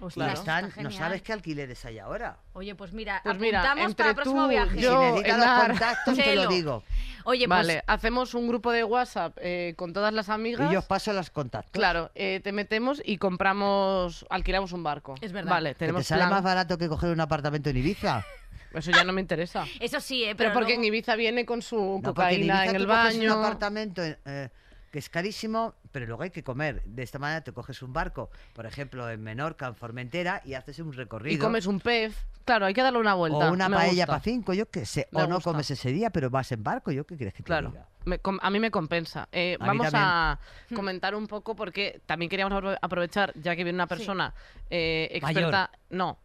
B: Ostras,
D: y
B: eso
D: están,
B: está
D: no
B: genial.
D: sabes qué alquileres hay ahora.
B: Oye, pues mira,
C: Pues mira,
B: apuntamos para el
C: entre
B: próximo
C: tú,
B: viaje.
D: si
C: Yo,
D: necesitas los
C: Enar,
D: contactos, te
B: Chelo.
D: lo digo.
B: Oye, pues
C: Vale, hacemos un grupo de WhatsApp eh, con todas las amigas.
D: Y yo os paso los contactos.
C: Claro, eh, te metemos y compramos, alquilamos un barco.
B: Es verdad.
C: Vale,
D: Que te
C: tenemos
D: sale
C: plan.
D: más barato que coger un apartamento en Ibiza.
C: Eso ya no me interesa.
B: eso sí, eh,
C: Pero,
B: pero
C: porque
B: luego-
C: en Ibiza viene con su
D: No, porque
C: cocaína
D: Ibiza
C: en
D: tú
C: el
D: coges
C: baño.
D: Un apartamento eh, que es carísimo, pero luego hay que comer. De esta manera te coges un barco, por ejemplo, en Menorca, en Formentera, y haces un recorrido.
C: Y comes un pez. Claro, hay que darle una vuelta.
D: o una
C: me
D: paella
C: gusta.
D: para cinco, yo qué sé.
C: Me
D: o no
C: gusta.
D: comes ese día, pero vas en barco, yo qué crees que te
C: Claro.
D: diga.
C: me com- a mí me compensa. Eh,
D: A mí
C: vamos a comentar un poco porque también queríamos apro- aprovechar, ya que viene una persona eh, experta. No.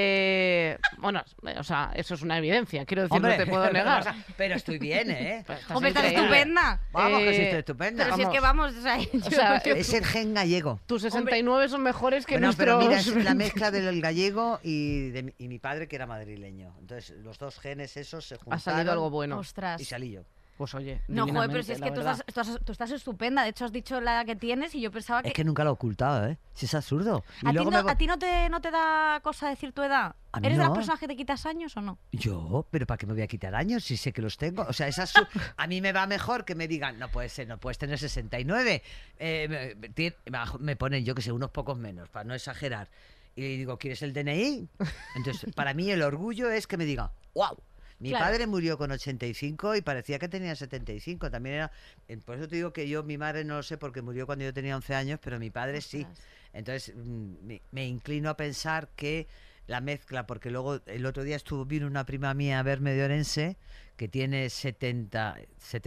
C: Eh, bueno, o sea, eso es una evidencia. Quiero decir, no te puedo negar.
D: pero estoy bien, ¿eh?
C: Pero estás
B: Hombre, Pues estás
C: increíble.
B: estupenda.
D: Vamos, que sí
C: Eh,
D: estoy estupenda.
B: Pero si es que vamos, o sea, yo-
C: sea,
B: yo-
D: Es el gen gallego.
C: Tus 69 son mejores que
D: Bueno,
C: nuestros.
D: pero mira, es la mezcla del gallego y, de mi, y mi padre que era madrileño. Entonces, los dos genes esos se juntaron
C: ha salido algo bueno.
B: ostras.
D: y salí yo.
C: Pues oye,
B: No, joder, pero
C: divinamente,
B: si es
C: la
B: que tú
C: verdad.
B: estás, tú, has- tú estás estupenda. De hecho, has dicho la edad que tienes y yo pensaba que.
D: Es que nunca lo he ocultado, ¿eh? Si es absurdo. Y
B: ¿A ti,
D: luego
B: no,
D: me vo-
B: a ti no te, no te da cosa decir tu edad?
D: A mí
B: ¿Eres de las
D: no.
B: personas que te quitas años o no?
D: Yo, pero ¿para qué me voy a quitar años si sé que los tengo? O sea, es absu- a mí me va mejor que me digan, no puede ser, no puedes tener 69. Eh, me- me, ti- me ponen, yo que sé, unos pocos menos, para no exagerar. Y le digo, ¿quieres el DNI? Entonces, para mí el orgullo es que me diga, wow. Mi
B: Claro.
D: padre murió con 85 y parecía que tenía 75. También era. eh, Por eso te digo que yo, mi madre no lo sé porque murió cuando yo tenía 11 años, pero mi padre sí.
B: Ostras.
D: Entonces mm, me, me inclino a pensar que la mezcla, porque luego el otro día estuvo vino una prima mía a verme de Orense que tiene 70,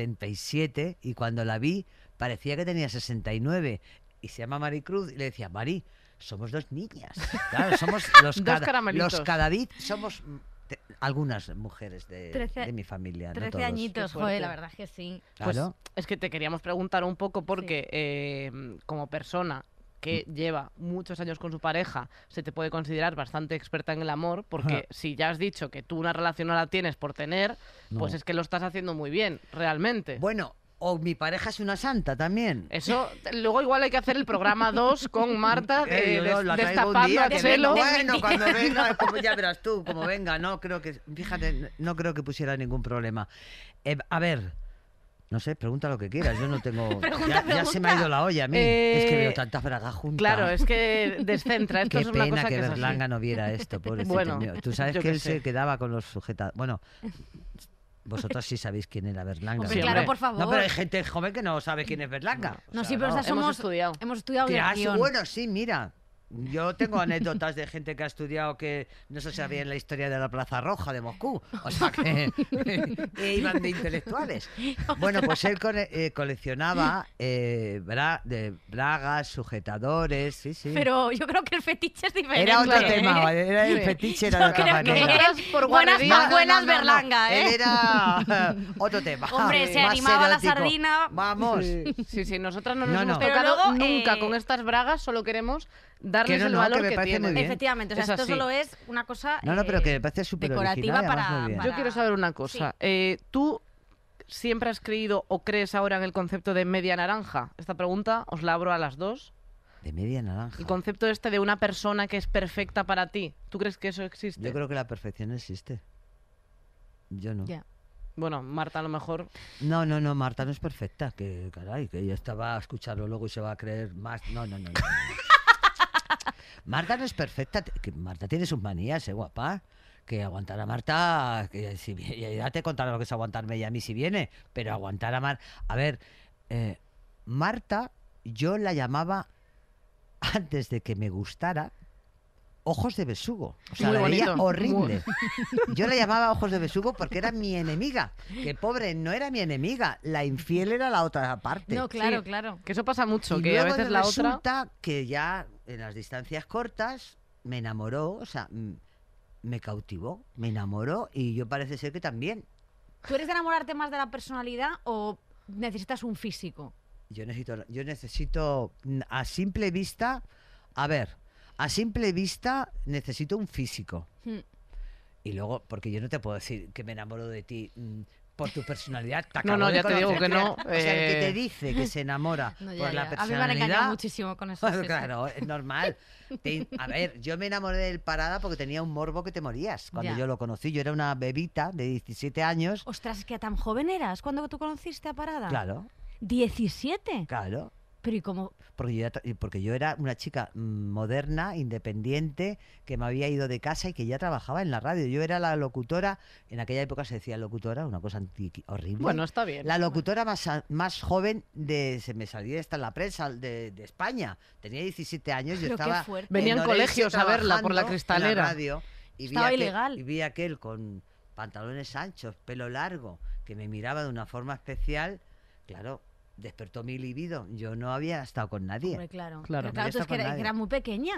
D: 77 y cuando la vi parecía que tenía 69 y se llama Maricruz y le decía, Mari, somos dos niñas. Claro, somos los,
C: Dos
D: cada,
C: caramelitos.
D: los cadavid, somos mm, te- algunas mujeres de,
B: Trece-
D: de mi familia. no
B: 13
D: todos.
B: añitos,
C: Qué fuerte.
B: joder, la verdad es que sí.
C: Pues,
D: Claro.
C: es que te queríamos preguntar un poco porque eh, como persona que
D: Mm.
C: lleva muchos años con su pareja, se te puede considerar bastante experta en el amor, porque si ya has dicho que tú una relación no la tienes por tener, pues
D: No.
C: es que lo estás haciendo muy bien, realmente.
B: Pues,
D: Bueno, o mi pareja es una santa también.
C: Eso, luego igual hay que hacer el programa 2 con Marta eh,
D: Eh, yo
C: des-
D: no, la traigo un
C: destapando
D: día
C: a
D: que
C: Chelo.
D: venga. Bueno, cuando venga, como ya verás tú, como venga, no creo que, fíjate, no- no creo que pusiera ningún problema. Eh, a ver, no sé, pregunta lo que quieras, yo no tengo,
B: Pregunta,
D: ya, ya se me ha ido la olla a mí, es que
C: Eh,
D: veo tantas bragas juntas.
C: Claro, es que descentra, esto
D: Qué
C: es una
D: pena
C: cosa
D: que
C: que, es así.
D: Berlanga no viera esto, pobrecito
C: Bueno,
D: mío. Tú sabes
C: yo
D: que
C: qué
D: él
C: sé.
D: se quedaba con los sujetas. Bueno, vosotros sí sabéis quién era Berlanga.
B: Hombre,
C: Sí,
B: claro,
C: hombre.
B: por favor.
D: No, pero hay gente joven que no sabe quién es Berlanga. O
B: no,
D: sea,
B: sí, pero estas
C: Hemos
B: somos.
C: estudiado.
B: Hemos estudiado de
D: Tía, sí,
B: guión.
D: bueno, sí, mira. Yo tengo anécdotas de gente que ha estudiado que no se sabía la historia de la Plaza Roja de Moscú. O sea que, que iban de intelectuales. Bueno, pues él cole- eh, coleccionaba eh, bra- de bragas, sujetadores, sí, sí.
B: Pero yo creo que el fetiche es diferente.
D: era otro
B: ¿eh?
D: tema, ¿vale? era el
C: Sí.
D: fetiche,
B: Yo
D: era de otra
B: creo que-
D: manera.
C: Nosotras por
B: Buenas
C: guardería-
B: más buenas Berlanga, ¿eh?
D: Él era otro tema.
B: Hombre, se
D: más
B: animaba la
D: erótico.
B: sardina.
D: Vamos.
C: Sí, sí, sí, nosotras no nos
D: No,
C: hemos
D: no.
B: Pero
C: tocado
B: luego,
C: nunca
B: eh,
C: con estas bragas, solo queremos darles
D: no,
C: el
D: no, que
C: valor
D: me
C: que,
D: parece
C: tienen.
D: muy bien.
B: Efectivamente, o sea,
C: Es
B: esto
C: así.
B: solo es una cosa.
D: No, no, pero
B: eh,
D: que me parece súper
B: decorativa para- para-
C: Yo quiero saber una cosa. Eh, ¿Tú siempre has creído o crees ahora en el concepto de media naranja? Esta pregunta os la abro a las dos.
D: De media naranja.
C: El concepto este de una persona que es perfecta para ti. ¿Tú crees que eso existe?
D: Yo creo que la perfección existe. Yo no.
B: Ya.
C: Bueno, Marta a lo mejor.
D: No, no, no, Marta no es perfecta. Que caray, que ella estaba a escucharlo luego y se va a creer más. No, no, no. no, no, no. Marta no es perfecta. t- que Marta tiene sus manías, eh, guapa. Que aguantar a Marta, que si vie- ya- ya te contará lo que es aguantarme y a mí si viene, pero aguantar a Mar. A ver, eh, Marta, yo la llamaba antes de que me gustara, ojos de besugo. O sea,
C: Muy
D: la veía
C: bonito.
D: horrible. Yo la llamaba ojos de besugo porque era mi enemiga. Que pobre, no era mi enemiga. La infiel era la otra parte.
B: No, claro, claro.
C: Que eso pasa mucho,
D: Y
C: que a
D: luego
C: veces
D: de
C: la
D: resulta
C: otra...
D: que ya en las distancias cortas me enamoró, o sea, mm, me cautivó, me enamoró y yo parece ser que también.
B: ¿Tú eres de enamorarte más de la personalidad o necesitas un físico?
D: Yo necesito, yo necesito mm, a simple vista, a ver, a simple vista necesito un físico.
B: Hmm.
D: Y luego, porque yo no te puedo decir que me enamoro de ti mm, por tu personalidad. te
C: No,
D: acabo
C: no,
D: de
C: ya te digo
D: conocer.
C: que no.
D: O sea, el que
C: eh,
D: te dice que se enamora
B: No, ya,
D: por Pues
B: ya. A
D: la
B: mí me
D: personalidad.
B: han engañado muchísimo con eso.
D: Bueno,
B: sí, sí.
D: claro, es normal. Te- a ver, yo me enamoré del Parada porque tenía un morbo que te morías. Cuando
B: Ya.
D: yo lo conocí, yo era una bebita de 17 años.
B: Ostras, es que tan joven eras cuando tú conociste a Parada.
D: Claro,
B: 17.
D: claro.
B: Pero ¿y cómo?
D: Porque yo, era, tra- porque yo era una chica mm, moderna, independiente, que me había ido de casa y que ya trabajaba en la radio. Yo era la locutora, en aquella época se decía locutora, una cosa antiqui- horrible.
C: Bueno, está bien.
D: la locutora más, a- más joven de, se me salía esta en la prensa, de, de España. Tenía 17 años, yo
B: Pero qué
D: estaba
B: fuerte.
C: Venían
D: en Orense
C: colegios a verla por la
D: trabajando en
C: cristalera.
D: radio, y vi
B: Estaba
D: aquel-
B: ilegal.
D: Y vi aquel con pantalones anchos, pelo largo, que me miraba de una forma especial. Claro, despertó mi libido. Yo no había estado con nadie.
B: Hombre, claro.
C: Claro.
B: Pero claro, tú
D: No
B: es que
D: está con
B: eras,
D: nadie.
B: eras muy pequeña.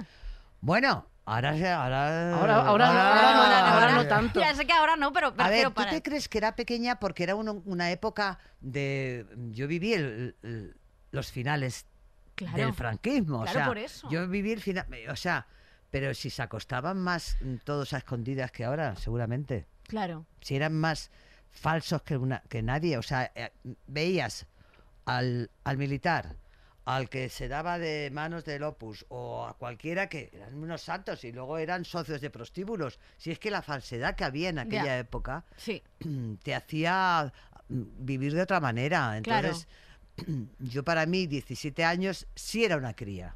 D: Bueno, ahora se- ahora
C: Ahora- ahora no, ahora no, ahora no tanto.
B: Ya sé que ahora no, pero
D: A ver,
B: prefiero
D: ¿tú
B: para.
D: te crees que era pequeña porque era un- una época de... Yo viví el- el- los finales
B: Claro.
D: del franquismo. o
B: Claro,
D: sea,
B: por eso.
D: Yo viví el final... O sea, pero si se acostaban más mm, todos a escondidas que ahora, seguramente.
B: Claro.
D: Si eran más falsos que, una- que nadie. O sea, eh, veías al, al militar, al que se daba de manos del opus o a cualquiera que eran unos santos y luego eran socios de prostíbulos. Si es que la falsedad que había en aquella
B: Ya.
D: época
B: Sí.
D: te hacía mm, vivir de otra manera.
B: Claro.
D: Entonces, yo para mí, 17 años, sí era una cría.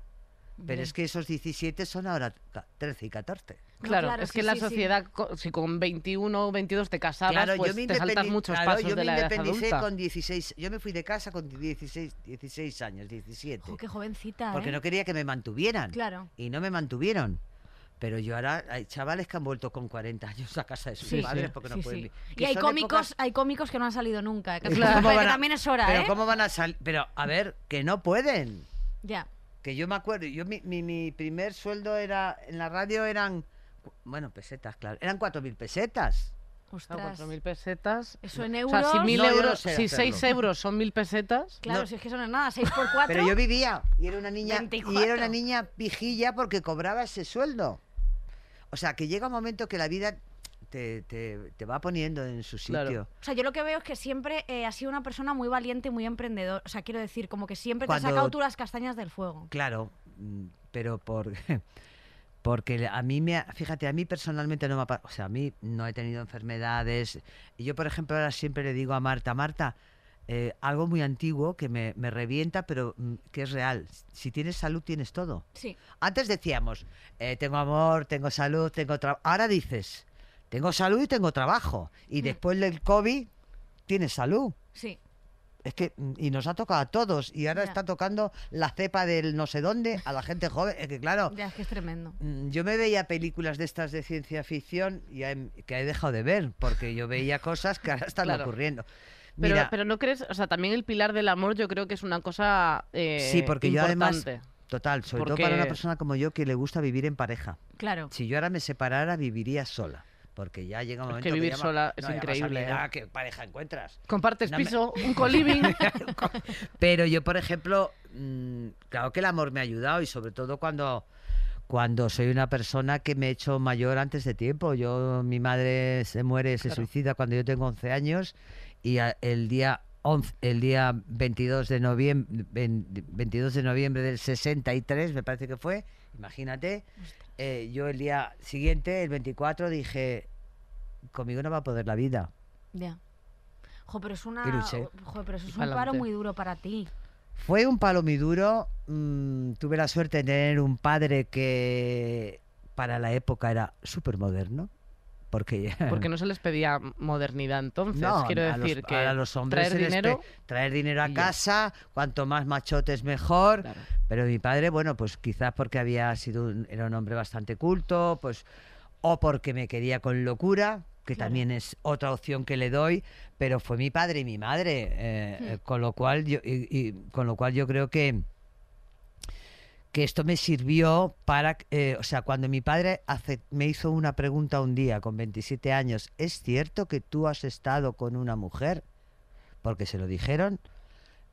D: Pero
B: Bien.
D: es que esos 17 son ahora ca- 13 y 14.
B: No,
C: Claro,
B: claro,
C: es que
B: sí,
C: la
B: sí, sí.
C: sociedad, co- si con 21 o 22 te casabas,
D: Claro,
C: pues
D: yo me
C: te saltas
D: independi-
C: muchos
D: claro,
C: pasos
D: yo
C: de
D: me
C: la edad
D: independicé
C: adulta.
D: con 16. Yo me fui de casa con 16, 16 años, 17.
B: Jo, qué jovencita.
D: porque
B: ¿eh?
D: no quería que me mantuvieran.
B: Claro.
D: Y no me mantuvieron. Pero yo ahora hay chavales que han vuelto con 40 años a casa de sus
C: Sí,
D: padres
C: sí.
D: porque no
B: Sí,
D: pueden
B: sí.
D: vi-
B: Y
D: que
B: hay
D: son
B: cómicos,
D: épocas-
B: hay cómicos que no han salido nunca. ¿eh? Que,
D: ¿Cómo
B: que
D: van a-
B: también es hora,
D: Pero
B: ¿eh?
D: cómo van a salir. Pero a ver, que no pueden.
B: Ya.
D: Que yo me acuerdo, yo mi, mi, mi primer sueldo era en la radio eran cu- bueno, pesetas, claro, eran 4000 pesetas.
C: Claro,
B: Ostras.
C: 4.000 pesetas.
B: Eso en
C: O
B: euros.
C: sea, si, mil
D: No, yo no
C: euros,
D: sé
C: si
D: hacerlo.
C: 6 euros son 1.000 pesetas,
B: Claro,
D: no.
B: si es que eso no es nada. 6 por 4.
D: Pero yo vivía y era una niña
B: 24.
D: y era una niña pijilla porque cobraba ese sueldo. O sea, que llega un momento que la vida te, te, te va poniendo en su sitio.
C: Claro.
B: O sea, yo lo que veo es que siempre eh, has sido una persona muy valiente y muy emprendedora. O sea, quiero decir, como que siempre te
D: Cuando-
B: has sacado tú las castañas del fuego.
D: Claro, mm, pero por, porque a mí me, ha- fíjate, a mí personalmente no me ha, pa- o sea, a mí no he tenido enfermedades. Y yo, por ejemplo, ahora siempre le digo a Marta, Marta, eh, algo muy antiguo que me, me revienta, pero mm, que es real. Si tienes salud, tienes todo.
B: Sí.
D: Antes decíamos, eh, tengo amor, tengo salud, tengo trabajo. Ahora dices, tengo salud y tengo trabajo. Y después del COVID, tienes salud.
B: Sí.
D: Es que, mm, y nos ha tocado a todos, y ahora
B: Ya.
D: está tocando la cepa del no sé dónde a la gente joven. Es que, claro,
B: Ya, es que es tremendo.
D: mm, yo me veía películas de estas de ciencia ficción y he- que he dejado de ver, porque yo veía cosas que ahora están
C: Claro.
D: ocurriendo.
C: Pero,
D: Mira,
C: pero no crees, o sea, también el pilar del amor yo creo que es una cosa eh,
D: sí, porque yo
C: importante.
D: además. Total, sobre todo
C: Porque-
D: para una persona como yo que le gusta vivir en pareja.
B: Claro.
D: Si yo ahora me separara, viviría sola. Porque ya llega un
C: Es
D: momento
C: que vivir
D: ya ma-
C: sola es
D: ya vas a
C: increíble,
D: mirar
C: ¿eh?
D: ¿Qué pareja encuentras?
C: Compartes
D: No me-
C: piso, un coliving.
D: Pero yo, por ejemplo, mm, claro que el amor me ha ayudado y sobre todo cuando, cuando soy una persona que me he hecho mayor antes de tiempo. Yo, mi madre se muere, se
C: Claro.
D: suicida cuando yo tengo 11 años y a- el día... 11 el día 22 de, noviembre, 22 de noviembre del 63, me parece que fue, imagínate, eh, yo el día siguiente, el 24, dije, conmigo no va a poder la vida.
B: Ya. Jo, pero es una.
D: Y luché.
B: Jo, pero eso es un
C: Pa'lante.
B: paro muy duro para ti.
D: Fue un palo muy duro. mm, tuve la suerte de tener un padre que para la época era súper moderno, Porque,
C: Porque no se les pedía modernidad Pues entonces. Quiero
D: a los-
C: decir que
D: ahora a los hombres
C: traer
D: se les pe-
C: dinero.
D: traer dinero a
C: y ya.
D: casa, cuanto más machotes mejor.
C: Claro.
D: Pero mi padre, bueno, pues quizás porque había sido un, era un hombre bastante culto, pues o porque me quería con locura, que también es otra opción que le doy, pero fue mi padre y mi madre, eh, eh, con lo cual yo y- y con lo cual yo creo que que esto me sirvió para, eh, o sea, cuando mi padre hace- me hizo una pregunta un día con 27 años, ¿es cierto que tú has estado con una mujer? Porque se lo dijeron,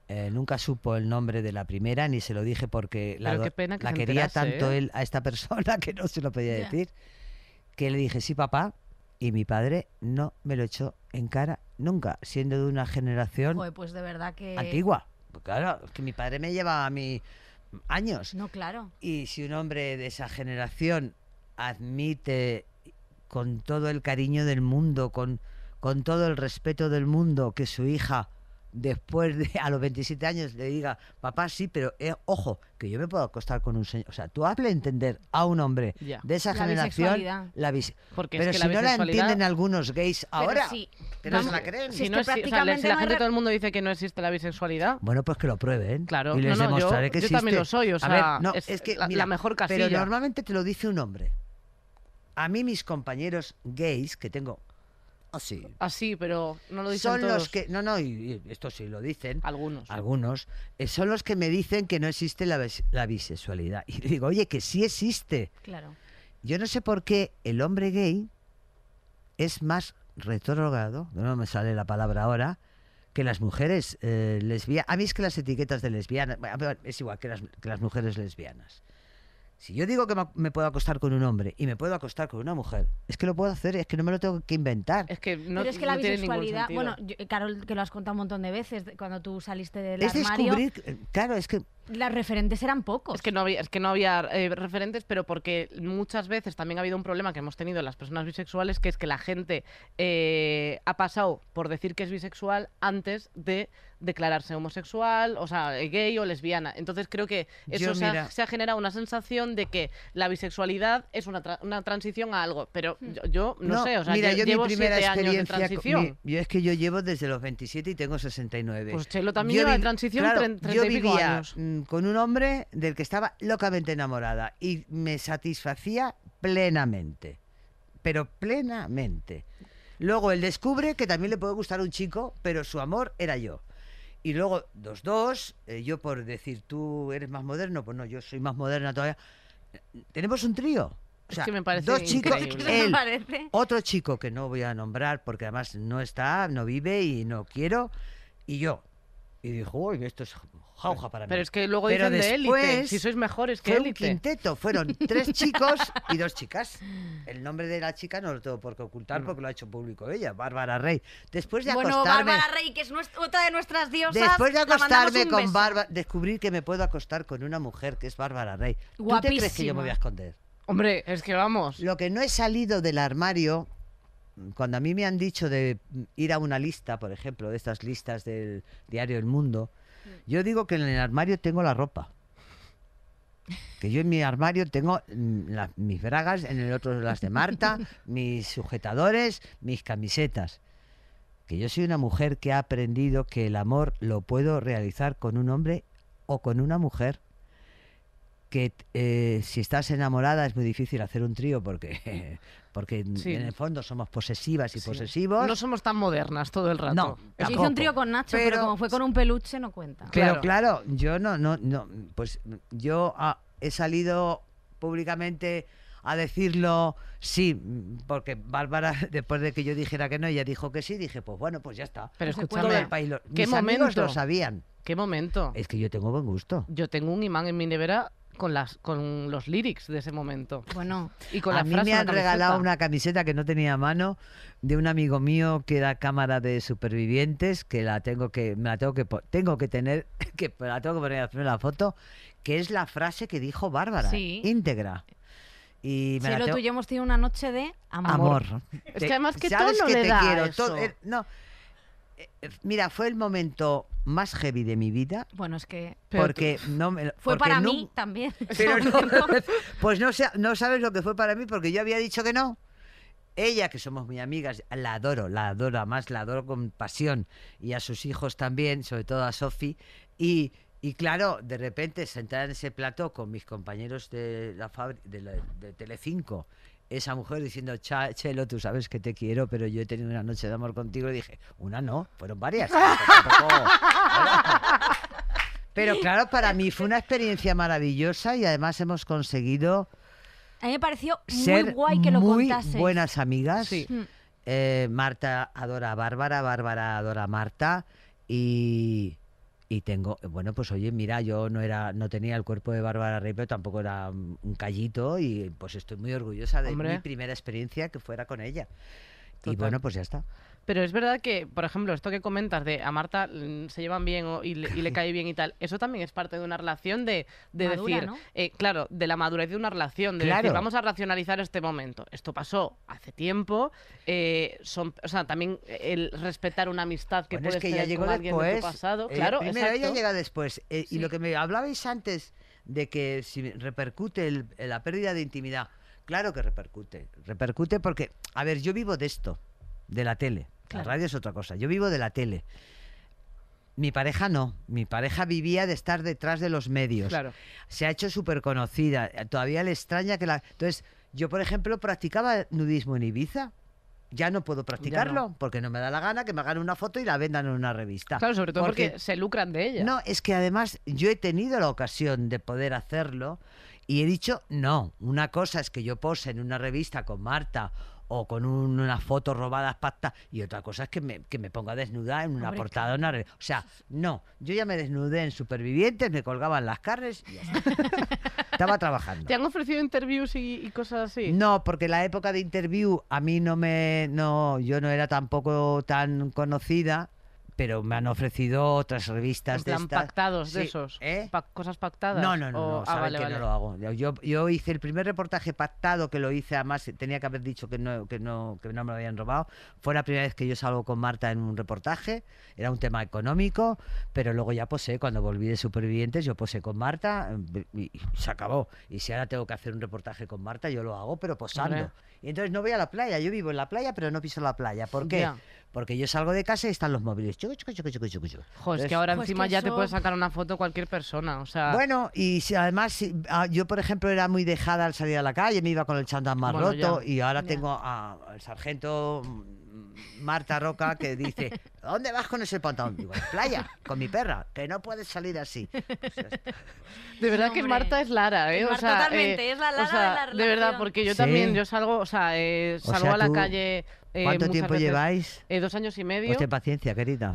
D: eh, nunca supo el nombre de la primera, ni se lo dije porque la,
C: Pero
D: do-
C: qué pena que
D: la
C: se
D: quería
C: enterase,
D: tanto
C: ¿eh?
D: él a esta persona que no se lo podía
B: Ya.
D: decir, que le dije, sí, papá, y mi padre no me lo echó en cara nunca, siendo de una generación
B: Joder, pues de verdad que.
D: antigua. Claro, es que mi padre me llevaba a mí años.
B: No, claro.
D: Y si un hombre de esa generación admite con todo el cariño del mundo, con, con todo el respeto del mundo, que su hija después de a los 27 años le diga, papá, sí, pero eh, ojo, que yo me puedo acostar con un señor. O sea, tú hazle entender a un hombre
C: Ya.
D: de esa
B: La bisexualidad.
D: generación la bis-
C: Porque es
D: Pero
C: que
D: si
C: la
D: no la
C: bisexualidad-
D: entienden algunos gays ahora,
B: Pero sí.
D: que no
B: Vamos,
D: se la creen.
B: sí.
C: Si,
B: es
C: no
B: que
C: es- o sea, le- si
B: prácticamente
C: la
B: no hay
C: gente,
B: re-
C: todo el mundo dice que no existe la bisexualidad,
D: Bueno, pues que lo prueben.
C: Claro.
D: Y les
C: No, no, yo-
D: demostraré que
C: yo
D: existe.
C: también lo soy, o
D: A
C: sea,
D: ver, no,
C: es
D: es, que,
C: la-
D: mira,
C: la mejor
D: Pero
C: casilla.
D: normalmente te lo dice un hombre. A mí mis compañeros gays que tengo... Así.
C: así, pero no Ah, lo dicen
D: son
C: todos. Ah,
D: los que... No, no, y, y esto sí lo dicen.
C: Algunos.
D: Algunos. eh, son los que me dicen que no existe la, bis- la bisexualidad. Y digo, oye, que sí existe.
B: Claro.
D: Yo no sé por qué el hombre gay es más retrógrado, no me sale la palabra ahora, que las mujeres lesbianas. A mí es que las etiquetas de lesbianas, bueno, pero es igual que las, que las mujeres lesbianas. Si yo digo que me- me puedo acostar con un hombre y me puedo acostar con una mujer, es que lo puedo hacer, es que no me lo tengo que inventar.
C: Es que no
B: Pero es que la
C: no tiene ningún
B: bisexualidad.
C: sentido.
B: Bueno, yo- Carol, que lo has contado un montón de veces, de- cuando tú saliste del
D: Es
B: armario,
D: descubrir, claro, es que
B: las referentes eran pocos.
C: Es que no había, es que no había eh, referentes, pero porque muchas veces también ha habido un problema que hemos tenido las personas bisexuales, que es que la gente eh, ha pasado por decir que es bisexual antes de declararse homosexual, o sea, eh, gay o lesbiana. Entonces creo que eso
D: Yo,
C: se, ha,
D: mira.
C: se ha generado una sensación de que la bisexualidad es una, tra- una transición a algo, pero
B: Hmm.
C: yo, yo no, sé, o sea,
D: mira, yo mi
C: llevo
D: primera
C: siete años de
D: experiencia, co-
C: transición.
D: mi- yo es que yo llevo desde los 27 y tengo 69.
C: Pues Chelo también lleva de transición
D: claro,
C: tren- treinta
D: Yo
C: y pico
D: vivía
C: años.
D: mm, con un hombre del que estaba locamente enamorada y me satisfacía plenamente, pero plenamente. Luego él descubre que también le puede gustar un chico, pero su amor era yo. Y luego los dos, eh, yo por decir tú eres más moderno, pues no, yo soy más moderna todavía. Tenemos un trío. O
C: Es
D: sea,
C: que me parece
D: dos chicos,
B: ¿Qué
C: increíble.
B: te
D: él,
B: parece?
D: otro chico que no voy a nombrar porque además no está, no vive y no quiero, y yo. Y dijo, uy, esto es jauja para mí.
C: Pero es que luego
D: Pero
C: dicen de élite,
D: después
C: si sois mejores que
D: Fue un
C: élite.
D: quinteto, fueron tres chicos y dos chicas. El nombre de la chica no lo tengo por qué ocultar porque lo ha hecho público ella, Bárbara Rey. Después de
B: Bueno,
D: acostarme,
B: Bárbara Rey, que es nuestra- otra de nuestras diosas.
D: después de
B: la mandamos
D: acostarme
B: un
D: con
B: beso.
D: Bárbara, descubrir que me puedo acostar con una mujer que es Bárbara Rey. ¿Tú te crees que yo
B: Guapísima.
D: me voy a esconder?
C: Hombre, es que vamos.
D: Lo que no he salido del armario, cuando a mí me han dicho de ir a una lista, por ejemplo, de estas listas del diario El Mundo, yo digo que en el armario tengo la ropa. Que yo en mi armario tengo mm, la- mis bragas, en el otro las de Marta, mis sujetadores, mis camisetas. Que yo soy una mujer que ha aprendido que el amor lo puedo realizar con un hombre o con una mujer que eh, si estás enamorada es muy difícil hacer un trío porque, porque en-
C: Sí.
D: en el fondo somos posesivas y
C: Sí.
D: posesivos.
C: No somos tan modernas todo el rato.
D: pues No,
C: Es-
B: Yo hice un
D: tampoco.
B: trío con Nacho, pero,
D: Pero-
B: como fue con un peluche, no cuenta.
C: Claro.
D: Pero claro, yo no, no, no, pues yo ah, he salido públicamente a decirlo sí, porque Bárbara, después de que yo dijera que no, ella dijo que sí, dije, pues bueno, pues ya está.
C: Pero
B: No se
C: escúchame,
D: Todo el país lo,
C: ¿qué
D: mis amigos
C: momento?
D: lo sabían.
C: ¿Qué momento?
D: Es que yo tengo buen gusto.
C: Yo tengo un imán en mi nevera con las con los lyrics de ese momento
B: Bueno,
C: y con
D: a
C: la
D: mí
C: frase
D: me
C: en la
D: han regalado
C: camiseta.
D: una camiseta que no tenía a mano de un amigo mío que era cámara de supervivientes que la tengo que me la tengo que po- tengo que tener que me la tengo que poner hacer la foto que es la frase que dijo Bárbara
B: Sí.
D: íntegra y me la
B: Chelo,
D: tengo-
B: tú y yo hemos tenido una noche de amor.
D: amor.
C: Es
D: Te-
C: que además que
D: sabes
C: tono
D: que
C: le
D: te
C: da
D: quiero,
C: eso.
D: to- eh, no. Eh, eh, Mira, fue el momento más heavy de mi vida
B: Bueno, es que
C: Pero
D: porque no me lo-
B: fue
D: porque
B: para
D: nun-
B: mí también.
D: pero no, pues no, sa- no sabes lo que fue para mí porque yo había dicho que no. Ella, que somos muy amigas, la adoro, la adoro, además la adoro con pasión. Y a sus hijos también, sobre todo a Sofi. Y, y claro, de repente sentada en ese plato con mis compañeros de, la fabri- de, la- de Telecinco, esa mujer diciendo, "Cha- Chelo, tú sabes que te quiero, pero yo he tenido una noche de amor contigo. Y dije, una no, fueron varias. Tampoco- Pero claro, para mí fue una experiencia maravillosa y además hemos conseguido
B: A mí me pareció
D: ser
B: muy guay que lo
D: muy
B: contases.
D: buenas amigas.
C: Sí.
B: Mm.
D: Eh, Marta adora a Bárbara, Bárbara adora a Marta y, y tengo, bueno, pues oye, mira, yo no era, no tenía el cuerpo de Bárbara Rey, pero tampoco era un un callito y pues estoy muy orgullosa de
C: Hombre.
D: mi primera experiencia que fuera con ella. Y
C: Total.
D: bueno, pues ya está.
C: Pero es verdad que, por ejemplo, esto que comentas de a Marta mm, se llevan bien o- y, le, y le cae bien y tal, eso también es parte de una relación de, de
B: Madura,
C: decir,
B: ¿no?
C: eh, claro, de la madurez de una relación, de
D: Claro.
C: decir, vamos a racionalizar este momento. Esto pasó hace tiempo, eh, son, o sea, también el respetar una amistad que
D: Bueno,
C: puedes
D: es que ya
C: tener
D: llegó
C: con alguien de
D: después.
C: tu pasado.
D: eh,
C: claro,
D: primero ella
C: exacto.
D: llega después. eh, Y
B: Sí.
D: lo que me hablabais antes de que si repercute el- la pérdida de intimidad, claro que repercute. Repercute porque, a ver, yo vivo de esto, de la tele.
B: Claro.
D: La radio es otra cosa. Yo vivo de la tele. Mi pareja no. Mi pareja vivía de estar detrás de los medios
C: Claro.
D: se ha hecho súper conocida. Todavía le extraña que la. Entonces, yo, por ejemplo, practicaba nudismo en Ibiza. Ya no puedo practicarlo porque no me da la gana que me hagan una foto y la vendan en una revista.
C: Claro, sobre todo porque, se lucran de ella.
D: No, es que además yo he tenido la ocasión de poder hacerlo y he dicho, no, una cosa es que yo pose en una revista con Marta o con un- unas fotos robadas pacta y otra cosa es que me, que me ponga desnuda en una
B: Hombre,
D: portada de una revista. O sea, no, yo ya me desnudé en Supervivientes, me colgaban las carnes y ya está. Estaba trabajando.
C: ¿Te han ofrecido interviews y, y cosas así?
D: No, porque la época de interview a mí no me. No, yo no era tampoco tan conocida, pero me han ofrecido otras
C: En
D: revistas de
C: plan,
D: estas.
C: pactados de
D: Sí,
C: esos.
D: ¿eh?
C: Pa- cosas pactadas.
D: No, no, no,
C: o-
D: no,
C: ah,
D: saben
C: vale,
D: que
C: vale.
D: no lo hago. Yo, yo hice el primer reportaje pactado que lo hice, además tenía que haber dicho que no, que no, que no me lo habían robado. Fue la primera vez que yo salgo con Marta en un reportaje, era un tema económico, pero luego ya posé, cuando volví de Supervivientes, yo posé con Marta eh, y, y se acabó. Y si ahora tengo que hacer un reportaje con Marta, yo lo hago, pero posando.
C: Hombre.
D: Y entonces no voy a la playa, yo vivo en la playa, pero no piso la playa. ¿Por qué?
C: Ya.
D: Porque yo salgo de casa y están los móviles. Chucu, chucu, chucu, chucu, chucu, chucu.
C: Jo, es
D: Entonces,
C: que ahora
B: Jo, es
C: encima
B: Pues que
C: ya te
B: eso-
C: puede sacar una foto cualquier persona. O sea,
D: Bueno, y si, además, si- ah, yo por ejemplo era muy dejada al salir a la calle, me iba con el chándal más
C: Bueno,
D: roto
C: ya.
D: y ahora
B: Ya.
D: tengo a- al sargento mm, Marta Roca que dice, "¿A ¿dónde vas con ese pantalón? Digo, "A la playa, con mi perra, que no puedes salir así.
C: Eh,
D: Pues ya está.
C: de verdad que
B: hombre.
C: Marta es Lara, ¿eh?
B: Es
C: o
B: Marta
C: sea,
B: totalmente,
C: eh,
B: es la
C: o
B: Lara de
C: sea,
B: la
C: verdad,
B: relación.
C: porque yo
D: Sí.
C: también, yo salgo, o sea, eh,
D: O
C: salgo
D: sea,
C: a la
D: tú-
C: calle. eh,
D: ¿Cuánto
C: muchas
D: tiempo
C: veces.
D: lleváis?
C: Eh, dos años y medio.
D: Pues ten paciencia, querida.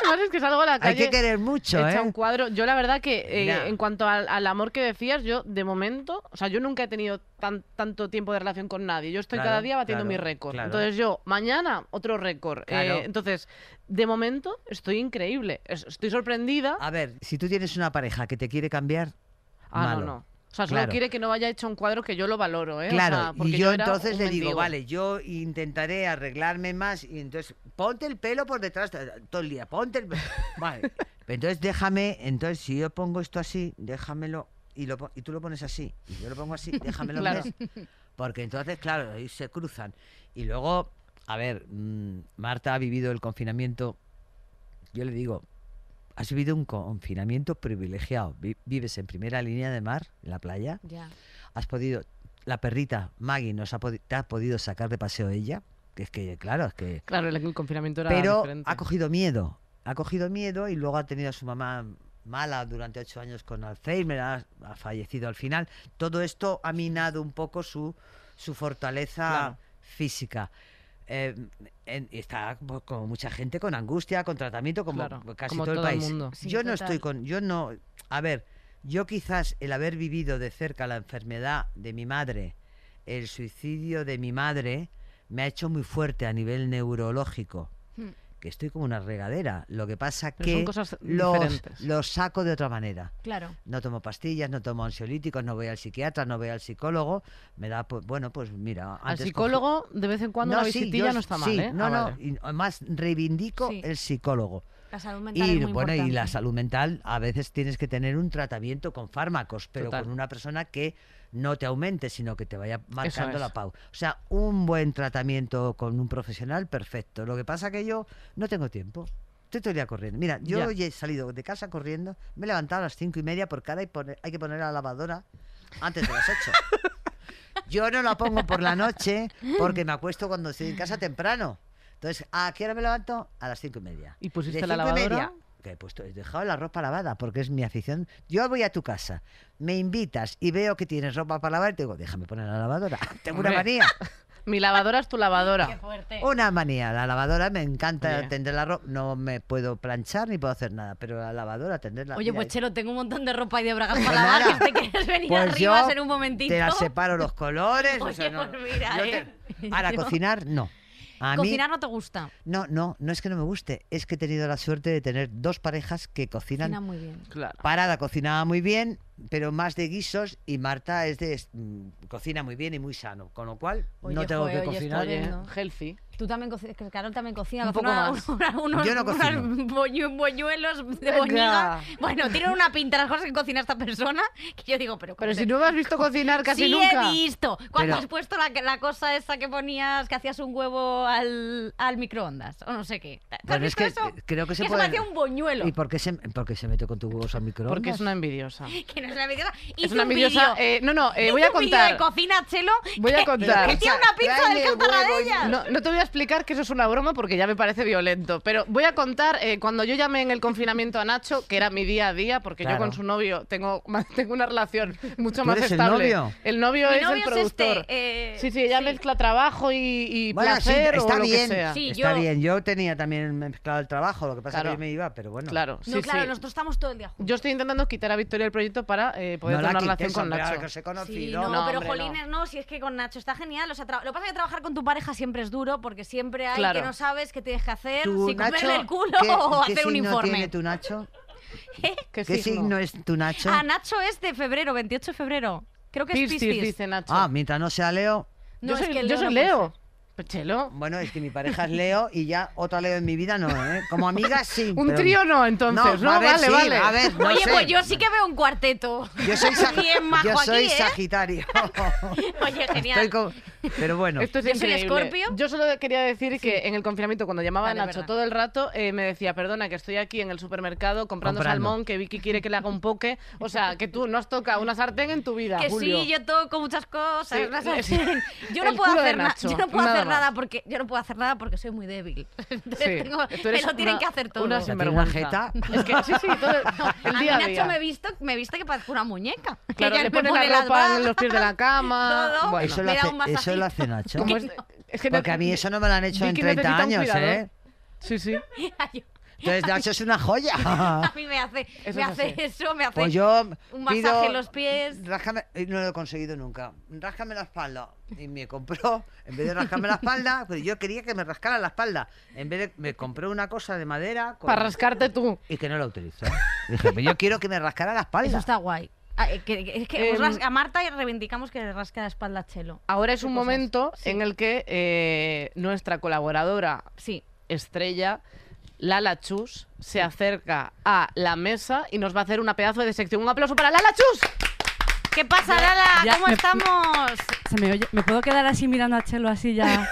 C: Además es que salgo a la
D: Hay
C: calle.
D: que querer mucho,
C: hecha
D: ¿eh?
C: un cuadro. Yo la verdad que eh,
D: Mira.
C: en cuanto al, al amor que decías, yo de momento, o sea, yo nunca he tenido tan, tanto tiempo de relación con nadie. Yo estoy
D: Claro,
C: cada día batiendo
D: claro,
C: mi récord.
D: claro.
C: Entonces yo, mañana, otro récord. Eh,
D: Claro.
C: entonces, de momento, estoy increíble. Es- Estoy sorprendida.
D: A ver, si tú tienes una pareja que te quiere cambiar,
C: Ah,
D: malo.
C: no, no. O sea, solo
D: Claro.
C: quiere que no vaya hecho un cuadro que yo lo valoro, ¿eh? O
D: Claro,
C: sea, porque
D: y yo,
C: era
D: entonces
C: un
D: le digo,
C: mendigo.
D: vale, yo intentaré arreglarme más y entonces ponte el pelo por detrás t- todo el día, ponte el pelo. Vale. Entonces déjame, entonces si yo pongo esto así, déjamelo y, lo, pon- y tú lo pones así, y yo lo pongo así, déjamelo
C: Claro.
D: más. Porque entonces, claro, ahí se cruzan. Y luego, a ver, mm, Marta ha vivido el confinamiento, yo le digo, has vivido un confinamiento privilegiado, Vi- vives en primera línea de mar, en la playa
B: Ya.
D: has podido, la perrita Maggie nos ha podi- te ha podido sacar de paseo ella, que es que claro, es que
C: Claro, el, el confinamiento era
D: pero
C: diferente.
D: ha cogido miedo, ha cogido miedo y luego ha tenido a su mamá mala durante ocho años con Alzheimer, ha, ha fallecido al final. Todo esto ha minado un poco su, su fortaleza
C: Claro.
D: física. Eh, en- está pues, como mucha gente con angustia, con tratamiento, como
C: Claro,
D: casi
C: como
D: todo,
C: todo el
D: el país.
C: mundo.
B: Sí,
D: yo no
B: total.
D: estoy con, yo no, a ver, yo quizás el haber vivido de cerca la enfermedad de mi madre, el suicidio de mi madre, me ha hecho muy fuerte a nivel neurológico
B: Hmm.
D: que estoy como una regadera. Lo que pasa
C: Pero son
D: que
C: cosas
D: los,
C: diferentes.
D: los saco de otra manera.
B: Claro.
D: No tomo pastillas, no tomo ansiolíticos, no voy al psiquiatra, no voy al psicólogo. Me da, pues, bueno, pues mira.
C: Al
D: antes cogí-
C: psicólogo, de vez en cuando una
D: sí,
C: visitilla
D: yo-
C: no está mal,
D: sí,
C: ¿eh?
D: No,
C: Ah,
D: no,
C: vale.
D: y además reivindico
B: Sí.
D: el psicólogo.
B: La salud mental
D: Y
B: es muy
D: bueno, y la
B: importante.
D: salud mental, a veces tienes que tener un tratamiento con fármacos, pero
C: Total.
D: con una persona que no te aumente, sino que te vaya marcando
C: es.
D: la pauta. O sea, un buen tratamiento con un profesional, perfecto. Lo que pasa que yo no tengo tiempo. Estoy todo el día corriendo. Mira, yo
C: Ya.
D: hoy he salido de casa corriendo, me he levantado a las cinco y media porque ahora hay, pone- hay que poner la lavadora antes de las ocho. Yo no la pongo por la noche porque me acuesto cuando estoy en casa temprano. Entonces, ¿a qué hora me levanto? A las cinco y media.
C: ¿Y pusiste
D: De
C: la
D: cinco y
C: lavadora?
D: media, que he puesto, he dejado la ropa lavada porque es mi afición. Yo voy a tu casa, me invitas y veo que tienes ropa para lavar y te digo, déjame poner la lavadora. Tengo una
C: Hombre.
D: manía.
C: Mi lavadora es tu
B: Qué
C: lavadora.
B: fuerte.
D: Una manía. La lavadora me encanta
C: Oye.
D: tender la ropa. No me puedo planchar ni puedo hacer nada, pero la lavadora, tenderla.
B: Oye, pues Chelo, tengo un montón de ropa y de bragas para
D: Pues
B: lavar.
D: nada. pues
B: Que si te quieres venir arriba en un momentito.
D: Te la separo los colores. o
B: Oye,
D: sea, no-
B: pues mira,
D: yo
B: ¿eh?
D: te- Ahora,
B: Yo-
D: cocinar, no. A mí,
B: Cocinar no te gusta.
D: no, no, no es que no me guste. Es que he tenido la suerte de tener dos parejas que cocinan
B: Cocina muy bien.
C: Claro.
D: Parada cocinaba muy bien, pero más de guisos y Marta es de es- mm, cocina muy bien y muy sano, con lo cual no
B: Oye,
D: tengo
B: joe,
D: que
B: oye,
D: cocinar.
B: estoy
C: Oye,
B: Bueno.
C: healthy.
B: Tú también cocinas, que Carol también cocina.
C: Un poco
B: cocina
C: más.
B: una- unos,
D: Yo no
B: unos
D: cocino.
B: boñu- boñuelos de boñiga. Bueno, tienen una pinta las cosas que cocina esta persona que yo digo, pero...
C: Pero
B: ¿cómo
C: si
B: te-
C: no me has visto cocinar casi
B: sí
C: nunca.
B: he visto. Cuando
D: Pero-
B: has puesto la, la cosa esa que ponías, que hacías un huevo al, al microondas, o no sé qué. ¿Te has
D: Bueno, es
B: visto
D: que
B: eso?
D: eh, creo que se
B: eso
D: puede.
B: parecía un boñuelo.
D: ¿Y por qué se, por qué se metió con tu huevos al microondas?
C: Porque es una envidiosa.
B: Que no es una envidiosa. Hice
C: Es una
B: un
C: envidiosa.
B: vídeo.
C: eh, no, no, eh,
B: Hice
C: voy a
B: un vídeo de
C: contar.
B: cocina, Chelo.
C: Voy a
B: que-
C: contar.
B: Que tiene una pizza
D: Tráeme
B: del
D: huevo y-
B: Cantaradella.
C: No, no te voy a explicar que eso es una broma porque ya me parece violento, pero voy a contar eh, cuando yo llamé en el confinamiento a Nacho, que era mi día a día, porque yo
D: Claro.
C: con su novio tengo, tengo una relación mucho
D: ¿Tú
C: más
D: eres el
C: estable.
D: novio?
C: El novio
B: Mi
C: es
B: novio
C: el
B: es
C: productor.
B: este, eh,
C: sí, sí, ella
B: sí.
C: mezcla trabajo y, y
D: Bueno, sí,
C: placer
D: está
C: o lo
D: bien.
C: que sea.
B: Sí,
D: está
B: yo-
D: bien. Yo tenía también mezclado el trabajo, lo que pasa es
C: Claro.
D: que yo me iba, pero bueno.
C: Claro,
B: No,
C: sí,
B: claro,
C: sí.
B: nosotros estamos todo el día juntos.
C: Yo estoy intentando quitar a Victoria del proyecto para eh, poder tener
D: No la
C: una
D: quites,
C: relación con
D: hombre, ahora
C: Nacho.
D: que os he conocido.
B: Sí, no,
C: No,
B: pero
C: hombre,
B: Jolines, no. si es que con Nacho está genial. O sea, tra- lo que pasa es que trabajar con tu pareja siempre es duro, porque siempre hay
C: Claro.
B: que no sabes qué tienes que hacer,
D: ¿Tu
B: si
D: Nacho,
B: comerle el culo
D: ¿qué,
B: o
D: qué
B: hacer un
D: signo
B: informe. ¿Eh?
D: tiene tu Nacho?
C: ¿Qué,
D: ¿Qué signo es tu Nacho?
B: Ah, Nacho es de febrero, 28 de febrero. Creo que es
C: Piscis,
B: Piscis.
C: dice Nacho.
D: Ah, mientras no sea Leo.
B: No,
C: yo
B: es
C: soy,
B: que
C: yo
B: Leo
C: soy
B: no puede
C: Leo. Pechelo.
D: Bueno, es que mi pareja es Leo y ya otra Leo en mi vida no, ¿eh? Como amiga sí.
C: Un
D: pero-
C: trío no, entonces, ¿no?
D: a ver,
C: Vale,
D: sí,
C: vale.
D: A ver, no
B: Oye,
D: sé.
B: pues yo sí que veo un cuarteto.
D: Yo soy, sag-
B: Bien majo
D: yo soy
B: aquí, ¿eh?
D: Sagitario.
B: Oye, genial.
D: Estoy con- Pero bueno,
C: Esto es
B: Yo soy
C: increíble.
B: Escorpio.
C: Yo solo quería decir que en el confinamiento, cuando llamaba
B: Vale,
C: a Nacho
B: verdad.
C: todo el rato, eh, me decía, perdona, que estoy aquí en el supermercado comprando,
D: Comprando.
C: salmón, que Vicky quiere que le haga un poke. O sea, que tú no has tocado una sartén en tu vida,
B: Que
C: Julio.
B: sí, yo toco muchas cosas.
C: Sí,
B: no
C: es-
B: sé. Yo no
C: el
B: puedo
C: culo de
B: hacer, na-
C: Nacho,
B: yo no puedo
C: nada
B: hacer
C: más.
B: nada porque yo no puedo hacer nada porque soy muy débil. Entonces
C: Sí,
B: tengo-
C: tú
B: me
C: eres
B: lo tienen
C: una-
B: que hacer todo.
C: Una
D: tiene
C: sinvergüenza.
D: una jeta.
C: Es que sí, sí, todo el,
B: a
C: el
B: mí
C: día a
B: Nacho
C: día.
B: me viste me viste que parece una muñeca. Que
C: Claro,
B: ya
C: le
B: me
C: pone la
B: las
C: ropa en
B: bragas.
C: los pies de la cama.
B: Todo.
C: Bueno,
B: me
D: eso, lo
B: da
D: hace,
B: un masajito.
D: eso lo hace Nacho.
C: como es- es que
D: Porque a mí eso no me lo han hecho en
C: Vicky
D: 30
C: necesita un
D: años,
C: cuidador.
D: ¿eh?
C: Sí, sí.
B: Ay,
D: Entonces Nacho es una
B: A
D: joya.
B: mí me hace
C: Eso
B: me
C: es
B: hace
C: así.
B: eso, me hace
D: ah. Pues yo
B: un
D: pido-
B: masaje en los pies.
D: Ráscame, y no lo he conseguido nunca. Ráscame la espalda. Y me compró, en vez de rascarme la espalda, pero yo quería que me rascara la espalda. En vez de, me compró una cosa de madera con-
C: Para rascarte tú.
D: y que no la utilizo. Dije, pero yo quiero que me rascara la espalda.
B: Eso está guay. Ah, eh, que- que- es que
C: Em, Ah.
B: os ras- a Marta reivindicamos que le rasca la espalda a Chelo.
C: Ahora es un
B: cosas.
C: momento
B: Sí.
C: en el que eh, nuestra colaboradora
B: Sí.
C: estrella, Lala Chus, se acerca a la mesa y nos va a hacer una pedazo de sección. Un aplauso para Lala Chus.
B: ¿Qué pasa,
C: Ah,
B: Lala?
F: ya
B: ¿Cómo
F: me-
B: estamos?
F: Se me, oye- me puedo quedar así mirando a Chelo así ya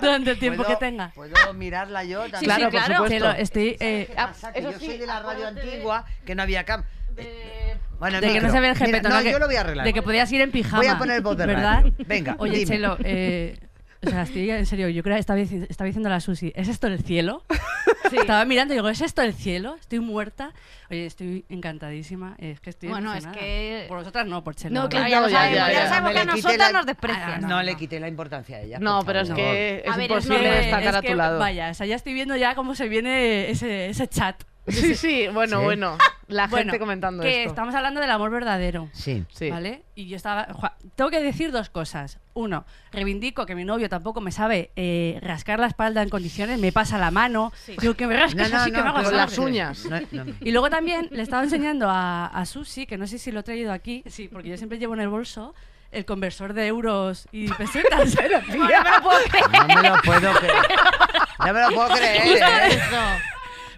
F: durante el tiempo que
D: ¿Puedo-
F: tenga.
D: Puedo mirarla yo también.
B: Sí, Claro, sí, por claro. supuesto.
F: Chelo, estoy eh,
D: Pasa que
C: eso
D: yo
C: sí,
D: soy de la radio
C: acuérdate de-
D: antigua, que no había cam. eh, Bueno, el
F: de que no
D: micro.
F: se ve el
D: Mira,
F: jefe.
D: no, yo lo voy a arreglar.
F: De que podías ir en pijama.
D: Voy a poner voz de
F: ¿verdad?
D: radio. Venga,
F: Oye,
D: dime.
F: Chelo, eh, o sea, estoy en serio. Yo creo que estaba, dici- estaba diciendo a la Susi, ¿es esto el cielo? Estaba mirando y digo, ¿es esto el cielo? Estoy muerta. Oye, estoy encantadísima. eh, Es que estoy
B: Bueno, es
F: emocionada.
B: que-
F: Por vosotras no, por Chelo.
B: No,
F: la
B: claro,
F: verdad.
B: ya lo
C: ya,
B: sabemos.
C: ya,
B: Ya,
C: ya.
B: sabemos
D: No
B: que a
D: le quite
B: nosotras
D: la-
B: nos desprecian.
F: Ah,
D: No,
F: no,
D: le
F: no.
D: quité la importancia a ella.
C: No,
D: por
C: pero es
D: favor.
C: que es
B: A ver, es
C: imposible
B: normal.
C: destacar
F: es
C: a tu
F: que,
C: lado.
F: Vaya, o sea, ya estoy viendo ya cómo se viene ese, ese chat.
C: Sí, sí, bueno,
D: Sí.
C: bueno. La
F: Bueno,
C: gente comentando
F: que
C: esto.
F: estamos hablando del amor verdadero.
D: Sí.
C: Sí.
F: ¿Vale? Y yo estaba. Juan, tengo que decir dos cosas. Uno, reivindico que mi novio tampoco me sabe eh, rascar la espalda en condiciones, me pasa la mano.
B: Sí.
F: Digo, que me rascas así, que me hago
D: pero
C: con
F: así.
C: las uñas.
D: No, no.
F: Y luego también le estaba enseñando a, a Susi, que no sé si lo he traído aquí, sí, porque yo siempre llevo en el bolso el conversor de euros y pesetas.
B: Bueno, no me lo puedo creer.
D: No me lo puedo creer. No me lo puedo creer. ¿eh?
B: Eso.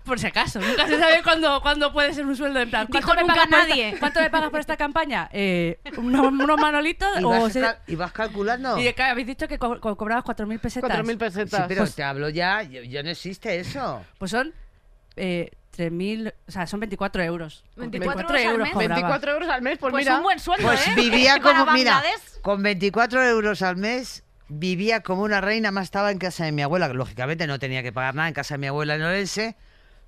F: por si acaso. Nunca se sabe cuándo, cuándo puede ser un sueldo. En plan,
B: Dijo,
F: ¿cuánto
B: "No
F: me
B: paga
F: pagas por
B: nadie".
F: esta- ¿Cuánto me pagas por esta campaña? Eh, ¿Unos, unos manolitos?
D: ¿Y
F: o
D: vas,
F: se-
D: cal- y vas calculando.
F: y que habéis dicho que co- co- cobrabas 4.000 pesetas.
C: 4.000
D: Sí,
C: pesetas.
D: pero
F: Pues-
D: te hablo ya, yo, yo no existe eso.
F: Pues son eh, 3.000, o sea, son 24 euros.
B: 24
F: Con
B: euros al mes.
F: cobraba.
C: 24 euros al mes, pues,
B: Pues,
C: mira.
B: un buen sueldo,
D: Pues
B: ¿eh?
D: vivía
B: Para
D: como, mira,
B: Bangladesh.
D: con 24 euros al mes vivía como una reina, más estaba en casa de mi abuela, que lógicamente no tenía que pagar nada en casa de mi abuela en Orense,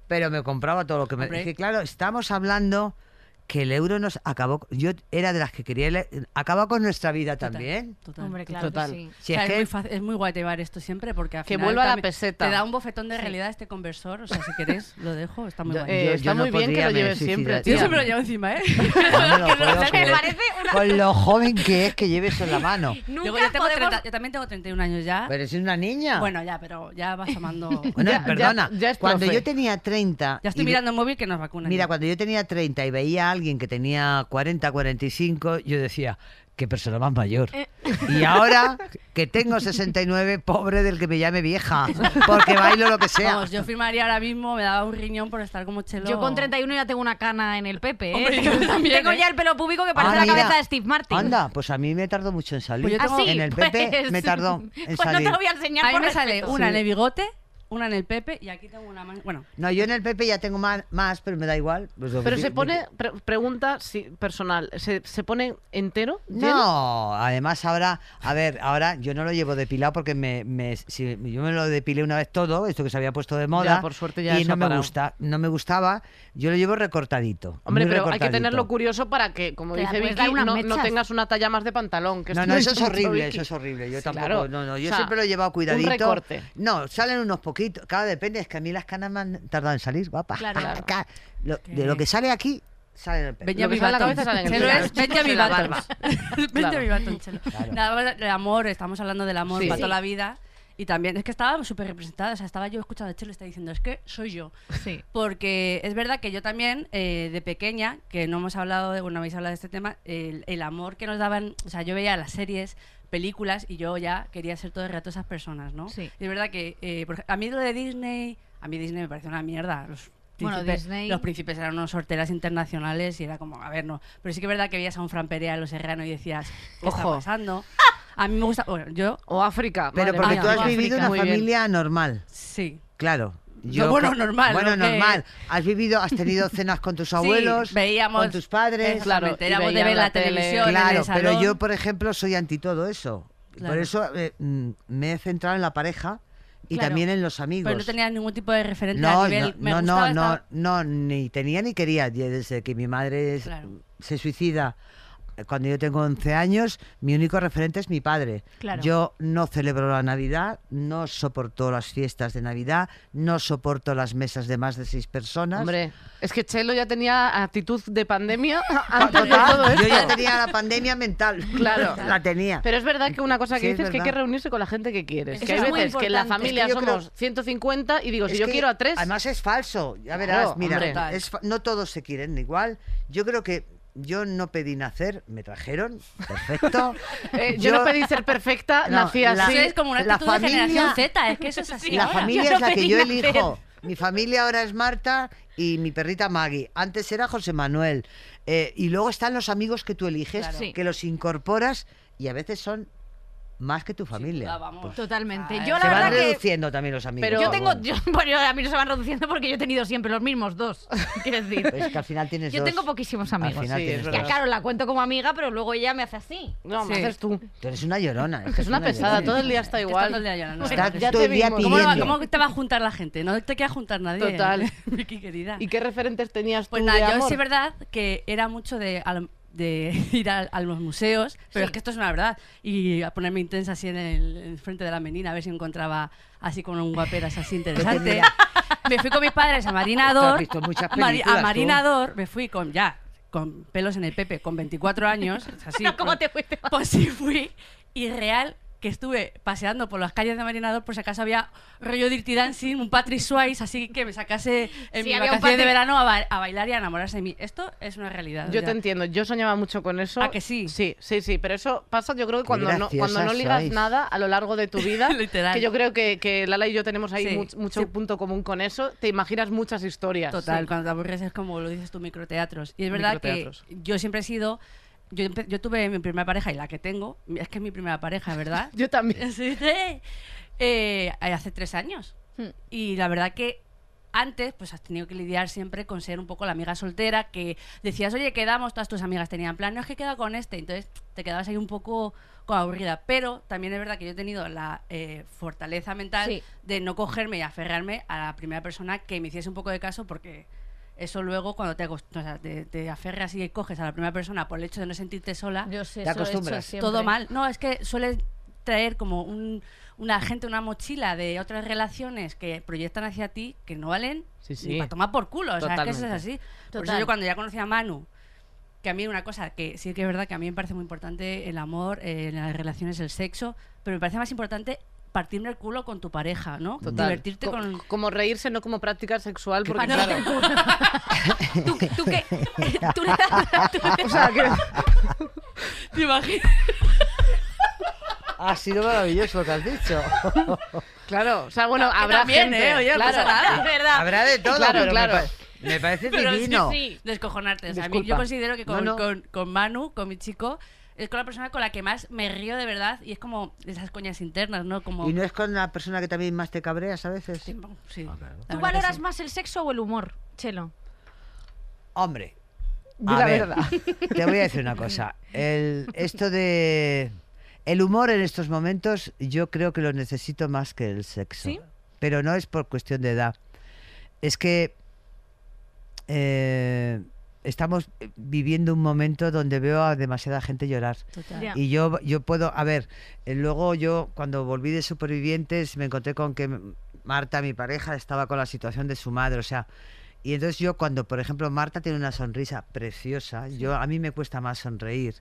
D: pero me compraba todo lo que me...
F: Hombre.
D: Es que claro, estamos hablando que el euro nos acabó, yo era de las que quería, el- acaba con nutra vida
F: Total,
D: también.
F: Total.
B: Hombre, claro
C: Total.
B: que sí.
D: Si
F: O
D: es
F: sea, es,
D: que-
F: muy fácil- es muy guay llevar esto siempre porque al
C: Que
F: final
C: vuelva la
F: también
C: peseta.
F: Te da un bofetón de
B: Sí.
F: realidad este conversor. O sea, si querés, lo dejo. Está muy
D: Yo-
F: guay.
C: Eh, está muy bien que
D: podría,
C: lo
D: me
C: lleves siempre,
D: suicidaría.
F: Yo
C: tía.
F: siempre lo llevo encima, ¿eh?
D: No me lo
F: Que no
D: puedo
F: lo saque.
D: creer.
B: Me parece una...
D: Con lo joven que es que lleves en la mano.
B: Nunca
F: Luego yo, tengo
B: podemos...
F: 30 yo también tengo 31 años ya.
D: Pero es una niña.
F: Bueno, ya, pero ya vas tomando...
D: Bueno,
C: Ya- ya-
D: perdona,
C: ya es
D: cuando
C: profe.
D: yo tenía 30...
F: Ya estoy
D: y ve-
F: mirando el móvil que nos vacunan.
D: Mira,
F: ya.
D: cuando yo tenía 30 y veía a alguien que tenía 40, 45, yo decía, qué persona más mayor. Y ahora que tengo 69, pobre del que me llame vieja, porque bailo lo que sea.
F: Vamos, yo firmaría ahora mismo, me daba un riñón por estar como chelo.
B: Yo con 31 ya tengo una cana en el Pepe, ¿eh?
F: Hombre, yo también,
B: tengo
F: ¿eh?
B: ya el pelo púbico que
D: Ah,
B: parece la
D: mira.
B: cabeza de Steve Martin.
D: Anda, pues a mí me tardó mucho en salir.
F: Pues yo
B: ¿Ah,
F: tengo-
B: sí?
D: En el Pepe
B: Pues-
D: me tardó en
B: Pues no te
D: salir.
B: lo voy a enseñar
F: A mí
B: por
F: me sale
B: respeto.
F: una
B: Sí.
F: en el bigote, una en el Pepe y aquí tengo una man- Bueno,
D: No, yo en el Pepe ya tengo más, más pero me da igual. Pues lo
C: Pero
D: que-
C: se pone, pre- pregunta si- personal, ¿se, se pone entero? lleno?
D: No, además ahora, a ver, ahora yo no lo llevo depilado porque me, me- si yo me lo depilé una vez todo, esto que se había puesto de moda,
C: por suerte ya
D: y
C: eso
D: no
C: ha
D: me
C: parado.
D: gusta, no me gustaba, yo lo llevo recortadito.
C: Hombre,
D: muy
C: pero hay que
D: recortadito.
C: tenerlo curioso para que, como
B: Te la
C: dice
B: puedes
C: Vicky,
B: dar unas
C: no, no
B: mechas.
C: tengas una talla más de pantalón. Que
D: No,
C: esto
D: no,
C: lo
D: eso es
C: hizo mucho
D: horrible,
C: Vicky.
D: eso es horrible. Yo
C: Sí,
D: tampoco,
C: claro.
D: no, no,
C: O
D: yo
C: sea,
D: siempre lo he llevado cuidadito.
C: Un recorte.
D: No, salen unos poquitos, cada depende, es que a mí las canas me han tardado en salir, guapa.
B: Claro.
D: Acá, lo- de lo que sale aquí, sale en el pelo.
C: Lo que
F: Benjamin
C: sale a la
F: Button.
C: cabeza sale en el
F: Chelo
C: pelo.
F: es
C: En
F: Benjamin
C: la
F: Button.
C: barba.
F: Benjamin
C: Claro.
F: Button, Chelo.
D: Claro.
F: Nada más del amor, estamos hablando del amor
C: Sí.
F: para toda
B: Sí.
F: la vida. Y también es que estaba súper representada. O sea, estaba yo escuchando a Chelo y está diciendo, es que soy yo.
B: Sí.
F: Porque es verdad que yo también, eh, de pequeña, que no hemos hablado, de, bueno, habéis hablado de este tema, el, el amor que nos daban, o sea, yo veía las series, películas, y yo ya quería ser todo el rato esas personas, ¿no?
B: Sí.
F: Y es verdad que eh, por ej- a mí lo de Disney, a mí Disney me parece una mierda. Los
B: Bueno,
F: príncipes-
B: Disney-
F: Los príncipes eran unos sorteras internacionales y era como, a ver, no. Pero sí que es verdad que veías a un Fran Perea, a los Serrano y decías, ¿qué está
C: Ojo.
F: pasando? A mí me gusta, bueno, yo
C: O África.
D: Pero
C: madre
D: porque
C: mía,
D: tú has
C: o África.
D: vivido una
C: Muy bien.
D: familia normal.
F: sí.
D: Claro.
F: No, bueno,
D: ca-
F: normal,
D: Bueno,
F: ¿no? Que-
D: normal. Has vivido, has tenido cenas con tus abuelos,
F: Sí, veíamos,
D: con tus padres.
C: Claro,
F: Exactamente,
C: y
F: éramos de
C: veían
F: ver
C: la
F: la,
C: tele.
F: televisión. en el
D: Claro, pero
F: salón.
D: yo, por ejemplo, soy anti todo eso. Por
F: Claro.
D: eso eh, mm, me he centrado en la pareja y
B: Claro.
D: también en los amigos.
F: Pero no tenía ningún tipo de referente
D: no,
F: a nivel.
D: no,
F: me
D: no,
F: gustaba,
D: no,
F: estaba-
D: no, ni tenía ni quería. Y Desde que mi madre es-
F: Claro.
D: se suicida eh, cuando yo tengo 11 años, mi único referente es mi padre.
B: Claro.
D: Yo no celebro la Navidad, no soporto las fiestas de Navidad, no soporto las mesas de más de seis personas.
C: Hombre, es que Chelo ya tenía actitud de pandemia antes de
D: Total,
C: todo esto.
D: yo ya tenía la pandemia mental.
C: Claro.
D: La tenía.
C: Pero es verdad que una cosa que
D: Sí, es
C: dices es que hay
D: verdad.
C: que reunirse con la gente que quieres.
B: Eso
C: que hay
B: es muy
C: veces que en la
B: importante.
C: familia
D: Es que yo
C: somos
D: creo-
C: 150 y digo, si
D: Es
C: yo
D: que
C: quiero a tres.
D: Además es falso, ya
C: Claro,
D: verás,
C: hombre.
D: mira,
F: Total.
D: es fa- no todos se quieren igual. Yo creo que yo no pedí nacer, me trajeron, perfecto.
C: eh, yo, no pedí ser perfecta,
D: No,
C: nací
D: la-
C: así.
F: Eso es como una
D: la
F: actitud de
D: familia-
F: generación Z, es que eso es así.
D: La
F: ahora.
D: familia
B: Yo no
D: es la que
B: pedí
D: yo
B: nacer.
D: elijo. Mi familia ahora es Marta y mi perrita Maggie. Antes era José Manuel. Eh, y luego están los amigos que tú eliges,
B: Claro. Sí.
D: que los incorporas y a veces son más que tu familia.
F: duda, vamos.
D: Pues,
B: Totalmente.
F: Ah,
B: Yo
D: se
B: Ah, la
D: van
B: verdad que...
D: reduciendo también los amigos.
C: Pero-
B: yo tengo...
D: bueno.
B: Yo, bueno, yo- a mí no se van reduciendo porque yo he tenido siempre los mismos dos. Quiero decir.
D: Pues Es que al final tienes
B: Yo
D: dos.
B: tengo poquísimos amigos.
D: Al final
C: Sí,
D: tienes
C: es
D: dos.
B: Ya, claro, la cuento como amiga, pero luego ella me hace así.
C: No, me
F: Sí.
C: haces tú.
D: Tú eres una llorona. que
C: Es una pesada,
D: llorona.
C: todo el día está
F: Es que
C: igual.
F: está todo el día llorando,
D: Está
F: ¿verdad?
D: todo el día
C: vimos.
F: ¿Cómo, lo va-
D: pidiendo.
F: cómo te va a juntar la gente? No te queda juntar nadie.
C: Total.
F: Vicky querida.
C: ¿Y qué referentes tenías tú
F: Pues
C: de
F: nada, yo
C: amor?
F: sí es verdad que era mucho de, a lo- de ir a, a los museos, pero
B: Sí.
F: es que esto es una verdad. Y a ponerme intensa así en el en frente de la menina, a ver si encontraba así con un guaperas así interesante.
D: Pues mira.
F: me fui con mis padres a
D: Tú has
F: Marinador.
D: visto muchas
F: a Mari-
D: películas,
F: a
D: tú.
F: Marinador me fui con ya, con pelos en el pepe, con 24 años. Así,
B: ¿Cómo
F: con-
B: te fuiste?
F: Pues sí fui. Y real que estuve paseando por las calles de Marinador por si acaso había rollo Dirty Dancing, un Patrick Swayze, así que me sacase en
B: Sí,
F: mi
B: había un
F: vacaciones de
B: Patrick-
F: verano a, ba- a bailar y a enamorarse de mí. Esto es una realidad.
C: Yo
F: Ah, ya.
C: te entiendo, yo soñaba mucho con eso.
F: ¿A que sí?
C: Sí, sí, sí, pero eso pasa yo creo que
D: Qué
C: cuando no, cuando no
D: graciosas
C: ligas
D: sois.
C: nada a lo largo de tu vida,
F: Literal.
C: que yo creo que, que Lala y yo tenemos ahí
F: Sí,
C: much- mucho
F: sí.
C: punto común con eso, te imaginas muchas historias.
F: Total,
C: Sí.
F: cuando te aburres es como lo dices tú, microteatros. Y es verdad que
C: Microteatros.
F: yo siempre he sido... Yo, empe- yo tuve mi primera pareja y la que tengo, es que es mi primera pareja, ¿verdad?
C: Yo también.
F: Sí, sí. Eh, hace tres años.
B: Hmm.
F: Y la verdad que antes, pues has tenido que lidiar siempre con ser un poco la amiga soltera que decías, oye, quedamos, todas tus amigas tenían plan, no es que queda con este, entonces te quedabas ahí un poco como aburrida. Pero también es verdad que yo he tenido la eh, fortaleza mental
B: Sí.
F: de no cogerme y aferrarme a la primera persona que me hiciese un poco de caso porque eso luego cuando te, acost- o sea, te, te aferras y coges a la primera persona por el hecho de no sentirte sola,
B: Yo sé, eso lo
D: Te
B: he hecho
D: acostumbras.
B: siempre.
F: todo mal. No, es que suele traer como un, una gente, una mochila de otras relaciones que proyectan hacia ti que no valen
C: Sí, sí.
F: ni para tomar por culo. O sea, es que eso es
C: Totalmente.
F: así. Por eso
B: Total.
F: yo cuando ya conocí a Manu, que a mí una cosa que sí que es verdad que a mí me parece muy importante el amor, eh, en las relaciones, el sexo, pero me parece más importante partirme el culo con tu pareja, ¿no?
C: Total.
F: Divertirte
C: Co-
F: con...
C: Como reírse, no como práctica sexual, porque
F: Partirte
C: claro.
F: el culo. ¿Tú, tú qué? ¿Tú le- tú le-
C: O sea, que
F: ¿Te imaginas?
D: Ha sido maravilloso lo que has dicho.
C: Claro, o sea, bueno,
F: Ah, Que
C: habrá
F: también,
C: gente.
F: ¿eh? Oye, no
C: claro.
F: pasa nada, es verdad.
D: Habrá de todo,
C: Claro,
D: pero me
C: claro.
D: pa- Me, parece divino.
F: Descojonarte. O sea, a mí- yo
C: Disculpa.
F: considero que con,
D: No, no.
F: Con, con Manu, con mi chico, es con la persona con la que más me río de verdad y es como esas coñas internas, ¿no? Como.
D: Y no es con la persona que también más te cabreas a veces.
F: Sí, sí.
E: Ah, claro.
F: La
B: ¿Tú
F: verdad
B: valoras
F: que sí.
B: más el sexo o el humor, Chelo?
D: Hombre,
C: Di
D: A
C: la
D: ver.
C: verdad.
D: te voy a decir una cosa. El, esto de. El humor en estos momentos yo creo que lo necesito más que el sexo.
B: ¿Sí?
D: Pero no es por cuestión de edad. Es que eh, estamos viviendo un momento donde veo a demasiada gente llorar.
F: Total.
B: Ya.
D: Y yo, yo puedo, a ver, eh, luego yo cuando volví de Supervivientes me encontré con que M- Marta, mi pareja, estaba con la situación de su madre, o sea, y entonces yo cuando, por ejemplo, Marta tiene una sonrisa preciosa, yo a mí me cuesta más sonreír.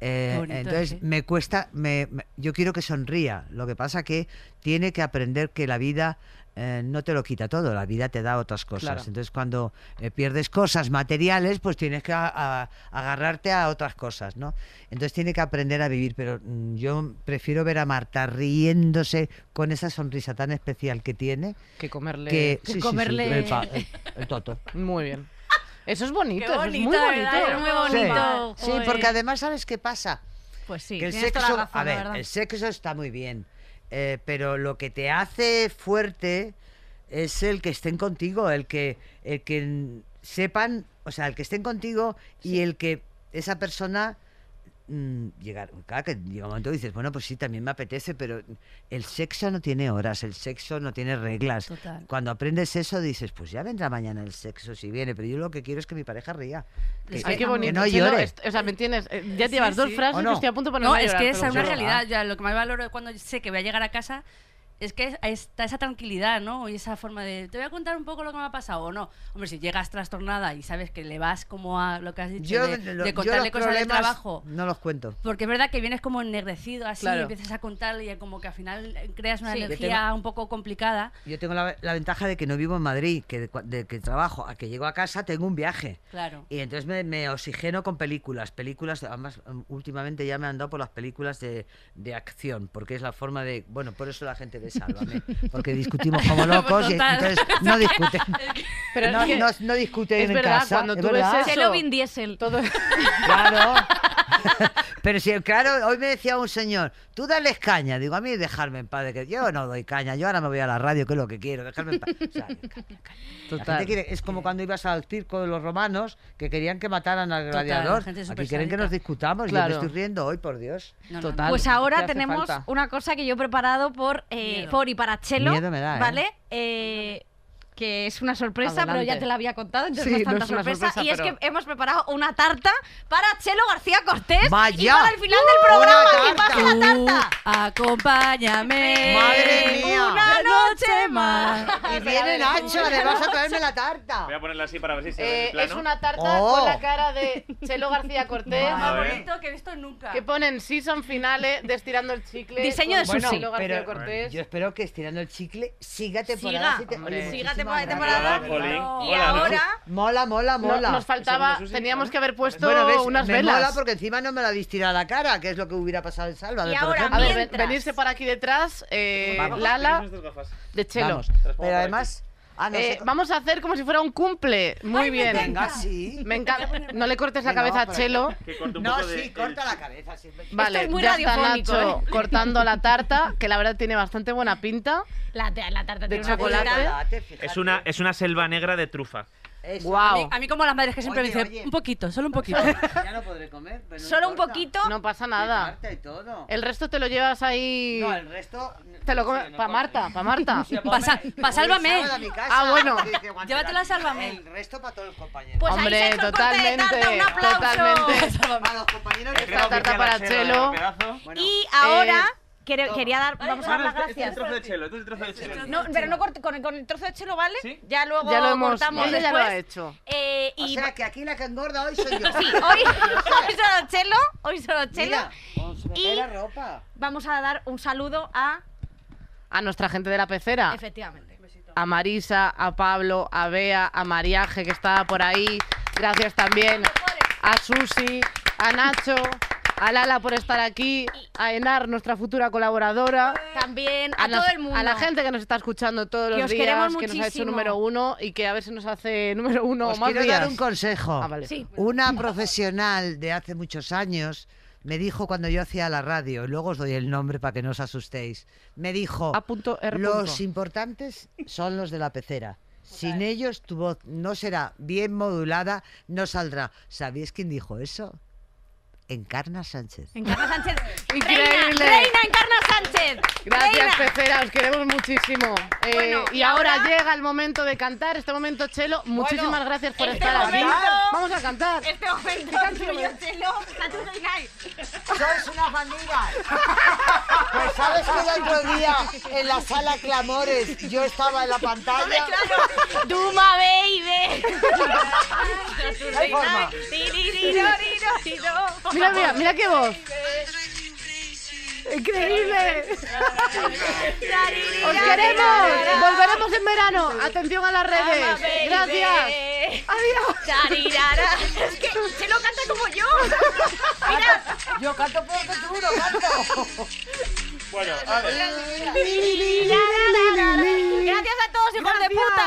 D: Eh,
F: Qué bonito,
D: entonces
F: sí.
D: me cuesta, me, me- yo quiero que sonría, lo que pasa que tiene que aprender que la vida eh, no te lo quita todo, la vida te da otras cosas.
C: Claro.
D: Entonces cuando eh, pierdes cosas materiales, pues tienes que a- a- agarrarte a otras cosas, ¿no? Entonces tiene que aprender a vivir, pero mm, yo prefiero ver a Marta riéndose con esa sonrisa tan especial que tiene
C: Que comerle.
D: que,
B: que comerle-
D: el, pa- el- el toto.
C: Muy bien. Eso es bonito,
F: Qué
C: eso es muy
F: bonito,
C: bonito.
F: ¿verdad?
B: Es muy
D: Sí.
B: bonito.
D: Sí,
B: joder.
D: porque además sabes qué pasa,
B: Pues sí,
D: que el
B: tienes
D: sexo,
B: toda la razón,
D: a
B: la
D: ver,
B: verdad.
D: el sexo está muy bien, eh, pero lo que te hace fuerte es el que estén contigo, el que, el que mm, sepan, o sea, el que estén contigo y el que esa persona mm, llegar, claro que llega un momento que dices, bueno, pues sí, también me apetece, pero el sexo no tiene horas, el sexo no tiene reglas.
F: Total.
D: Cuando aprendes eso dices, pues ya vendrá mañana el sexo si viene, pero yo lo que quiero es que mi pareja ría. Que,
F: Es
C: Ay,
D: que
C: qué bonito.
D: no
C: Sí, no,
D: llore.
C: est- o sea, ¿me entiendes? Eh, Ya
F: Sí,
C: llevas dos
F: sí.
D: ¿O
C: frases
D: no?
C: que estoy a punto de ponerme
F: No,
C: a
F: es
C: llorar,
F: que
C: te lo
F: esa es una
C: juro.
D: Ah.
F: realidad. Ya, lo que más valoro cuando sé que voy a llegar a casa es que está esa tranquilidad, ¿no? Y esa forma de. Te voy a contar un poco lo que me ha pasado o no. Hombre, si llegas trastornada y sabes que le vas como a lo que has dicho,
D: Yo,
F: de,
D: lo-
F: de
D: yo los
F: contarle cosas del
D: problemas
F: trabajo.
D: No los cuento.
F: Porque es verdad que vienes como ennegrecido así,
C: Claro.
F: y empiezas a contarle y como que al final eh, creas una
B: Sí. Yo
F: energía un poco complicada.
D: Yo tengo la, la ventaja de que no vivo en Madrid, que de, cua- de que trabajo, a que llego a casa tengo un viaje.
F: Claro.
D: Y entonces me, me oxigeno con películas, películas, además um, últimamente ya me han dado por las películas de, de acción, porque es la forma de, bueno, por eso la gente ve Sálvame, porque discutimos como locos y
F: Total.
D: entonces no discuten,
C: Pero es
D: no,
C: que-
D: no, no discuten
C: es
D: en
C: verdad,
D: casa.
C: cuando
D: es
C: tú ves
D: verdad.
C: eso-
B: Chelo Vin Diesel. Pues
C: Todo...
D: Claro. Pero si, claro, hoy me decía un señor, tú dales caña. Digo, a mí dejarme en paz, de que yo no doy caña, yo ahora me voy a la radio, que es lo que quiero, dejarme en paz. O sea, caña, caña. La
C: Total.
D: gente quiere- es como cuando ibas al circo de los romanos, que querían que mataran al
F: Total, la
D: gladiador.
F: gente es
D: Aquí quieren que
F: supersádica.
D: nos discutamos,
C: Claro.
D: yo me estoy riendo hoy, por Dios.
F: No, no,
C: Total.
B: Pues
C: te
B: ahora
C: hace
B: tenemos
C: falta.
B: una cosa que yo he preparado por, eh,
F: Miedo.
B: por y para Chelo.
D: Miedo me da, ¿eh?
B: ¿Vale? Eh, que es una sorpresa,
C: Adelante.
B: pero ya te la había contado, entonces
C: Sí,
B: no es
C: no
B: tanta
C: es una
B: sorpresa.
C: sorpresa,
B: Y es
C: pero-
B: que hemos preparado una tarta para Chelo García Cortés. Y
D: ¡Vaya!
B: para el final del
D: ¡Uh!
B: programa,
D: ¡Una
B: que pase
D: tarta!
B: la tarta.
F: Tú acompáñame.
D: Madre mía.
F: Una noche más.
C: espera,
D: Y
C: espera, a
D: viene
C: ver,
D: Nacho,
C: espera.
D: le vas a traerme la tarta.
G: Voy a ponerla así para ver si se ve
C: Eh,
G: el
C: es
G: plano.
C: una tarta
D: Oh.
C: con la cara de Chelo García Cortés.
F: Lo más
G: A ver.
F: bonito que he visto nunca.
C: Que ponen season finales de estirando el chicle.
B: Diseño de
C: con
B: sushi.
C: Chelo García
D: Pero
C: Cortés.
D: yo espero que estirando el chicle siga
B: Siga,
D: temporada. si te-
C: hombre.
D: Oye,
B: siga
D: muchísimas
B: temporada, temporada.
D: gracias.
G: Bravo, Jolín.
F: No.
B: Y
G: Hola, ¿no?
B: ahora,
D: Mola, mola,
C: No-
D: mola.
C: nos faltaba,
G: Segundo sushi,
C: teníamos
G: ¿no?
C: que haber puesto
D: Bueno, ves,
C: unas
D: me
C: velas.
D: mola porque encima no me la habéis tirado a la cara, que es lo que hubiera pasado en Salva.
B: Y ahora
C: A ver, ven-
B: Mientras.
C: venirse para aquí detrás, eh,
D: Vamos.
C: Lala
G: Tienes estas gafas.
C: de Chelo.
D: Vamos.
G: las pongo
D: Pero
G: por
D: además, ah, no,
C: Eh,
D: sé-
C: vamos a hacer como si fuera un cumple. Muy
F: Ay, me
C: bien.
F: encanta.
D: venga, sí.
C: Me encanta. No le cortes la
D: Venga,
C: cabeza a
D: para-
C: Chelo.
G: Que corte un
D: No,
G: poco de-
D: sí, corta
G: el-
D: la cabeza. sí, me-
C: Vale,
B: es muy
C: ya está
B: radiofónico,
C: Nacho
B: ¿eh?
C: cortando la tarta, que la verdad tiene bastante buena pinta.
B: la, ta- la tarta
C: De
B: tiene
C: chocolate.
B: una pinta-
D: fíjate.
G: Es una, es una selva negra de trufa.
D: Eso.
F: A
C: Guau.
F: mí, a mí como las madres que siempre
D: Oye,
F: me dicen,
D: oye.
F: un poquito, solo un poquito.
D: Ya no podré comer. pero no
B: Solo un
D: importa.
B: poquito.
C: No pasa
D: De
C: nada.
D: tarta y todo.
C: El resto te lo llevas ahí.
D: No, el resto.
C: Te lo comes.
D: Sí, no
C: pa'
D: importa.
C: Marta, pa' Marta.
D: Sí,
F: Pasa-
D: ponme-
F: pa' Sálvame.
D: voy el sábado a mi casa,
C: Ah, bueno.
D: que- que aguantará.
F: Llévatela a Sálvame.
D: El resto para todos los compañeros.
B: Pues
C: Hombre,
B: ahí se ha hecho el corte de tarta, un
C: totalmente,
B: aplauso.
C: totalmente.
D: a los compañeros que
G: Creo
C: Esta
G: que
D: están-
C: tarta
G: ya la
C: para
G: chelo
C: Chelo.
G: lleva pedazo.
D: Bueno,
B: Y ahora
C: Eh,
B: quere- quería dar,
F: Ay,
B: vamos a
G: Ah,
B: dar
G: no,
B: las
G: este- este es
B: gracias.
G: el trozo de chelo, este es el trozo de chelo.
B: No, pero no corte, con, el, con el trozo de chelo, ¿vale?
G: ¿Sí?
B: Ya luego
C: Ya lo hemos.
B: cortamos
C: ella ya
B: después.
C: lo ha hecho.
B: Eh,
D: o
B: y
D: sea que aquí la que engorda hoy soy yo.
B: sí, hoy, hoy solo chelo, hoy solo chelo.
D: Mira, oh, se me cae
B: Y-
D: la ropa.
B: Vamos a dar un saludo a
C: A nuestra gente de la pecera.
B: efectivamente.
C: a Marisa, a Pablo, a Bea, a Mariaje, que estaba por ahí. Gracias también a Susi, a Nacho, a Lala por estar aquí, a Enar, nuestra futura colaboradora.
B: También a,
C: nos-
B: todo el mundo.
C: a la gente que nos está escuchando todos
B: Que
C: los
B: os
C: días,
B: queremos
C: que nos ha hecho
B: muchísimo.
C: número uno y que a ver si nos hace número uno
D: Os
C: o más
D: quiero Oh.
C: días.
D: dar un consejo.
C: Ah, vale.
B: Sí.
D: Una profesional de hace muchos años me dijo cuando yo hacía la radio, y luego os doy el nombre para que no os asustéis, me dijo,
C: A punto R.
D: los
C: punto.
D: importantes son los de la pecera. Sin ellos tu voz no será bien modulada, no saldrá. ¿Sabéis quién dijo eso? Encarna Sánchez.
B: Encarna Sánchez.
C: Increíble.
B: Reina, reina Encarna Sánchez. Reina.
C: Gracias, Pecera, os queremos muchísimo. Eh,
B: Bueno,
C: y
B: y
C: ahora,
B: ahora-
C: llega el momento de cantar, este momento, Chelo. Muchísimas gracias por
B: este
C: estar aquí.
B: momento-
C: Vamos a cantar.
B: Este momento tuyo, chelo, Saturday Night.
D: ¡Sois unas bandidas! Pues sabes que el otro día en la sala Clamores yo estaba en la pantalla.
B: Duma baby.
D: Hay forma.
C: Mira, mira, mira qué voz. ¡Increíble! ¡Os queremos! ¡Volveremos en verano! ¡Atención a las redes! ¡Gracias!
B: Adiós. Es que se lo canta como yo. Mira,
D: Yo canto peor que tú, no canto.
G: Bueno, a ver.
B: gracias a todos, hijos de puta.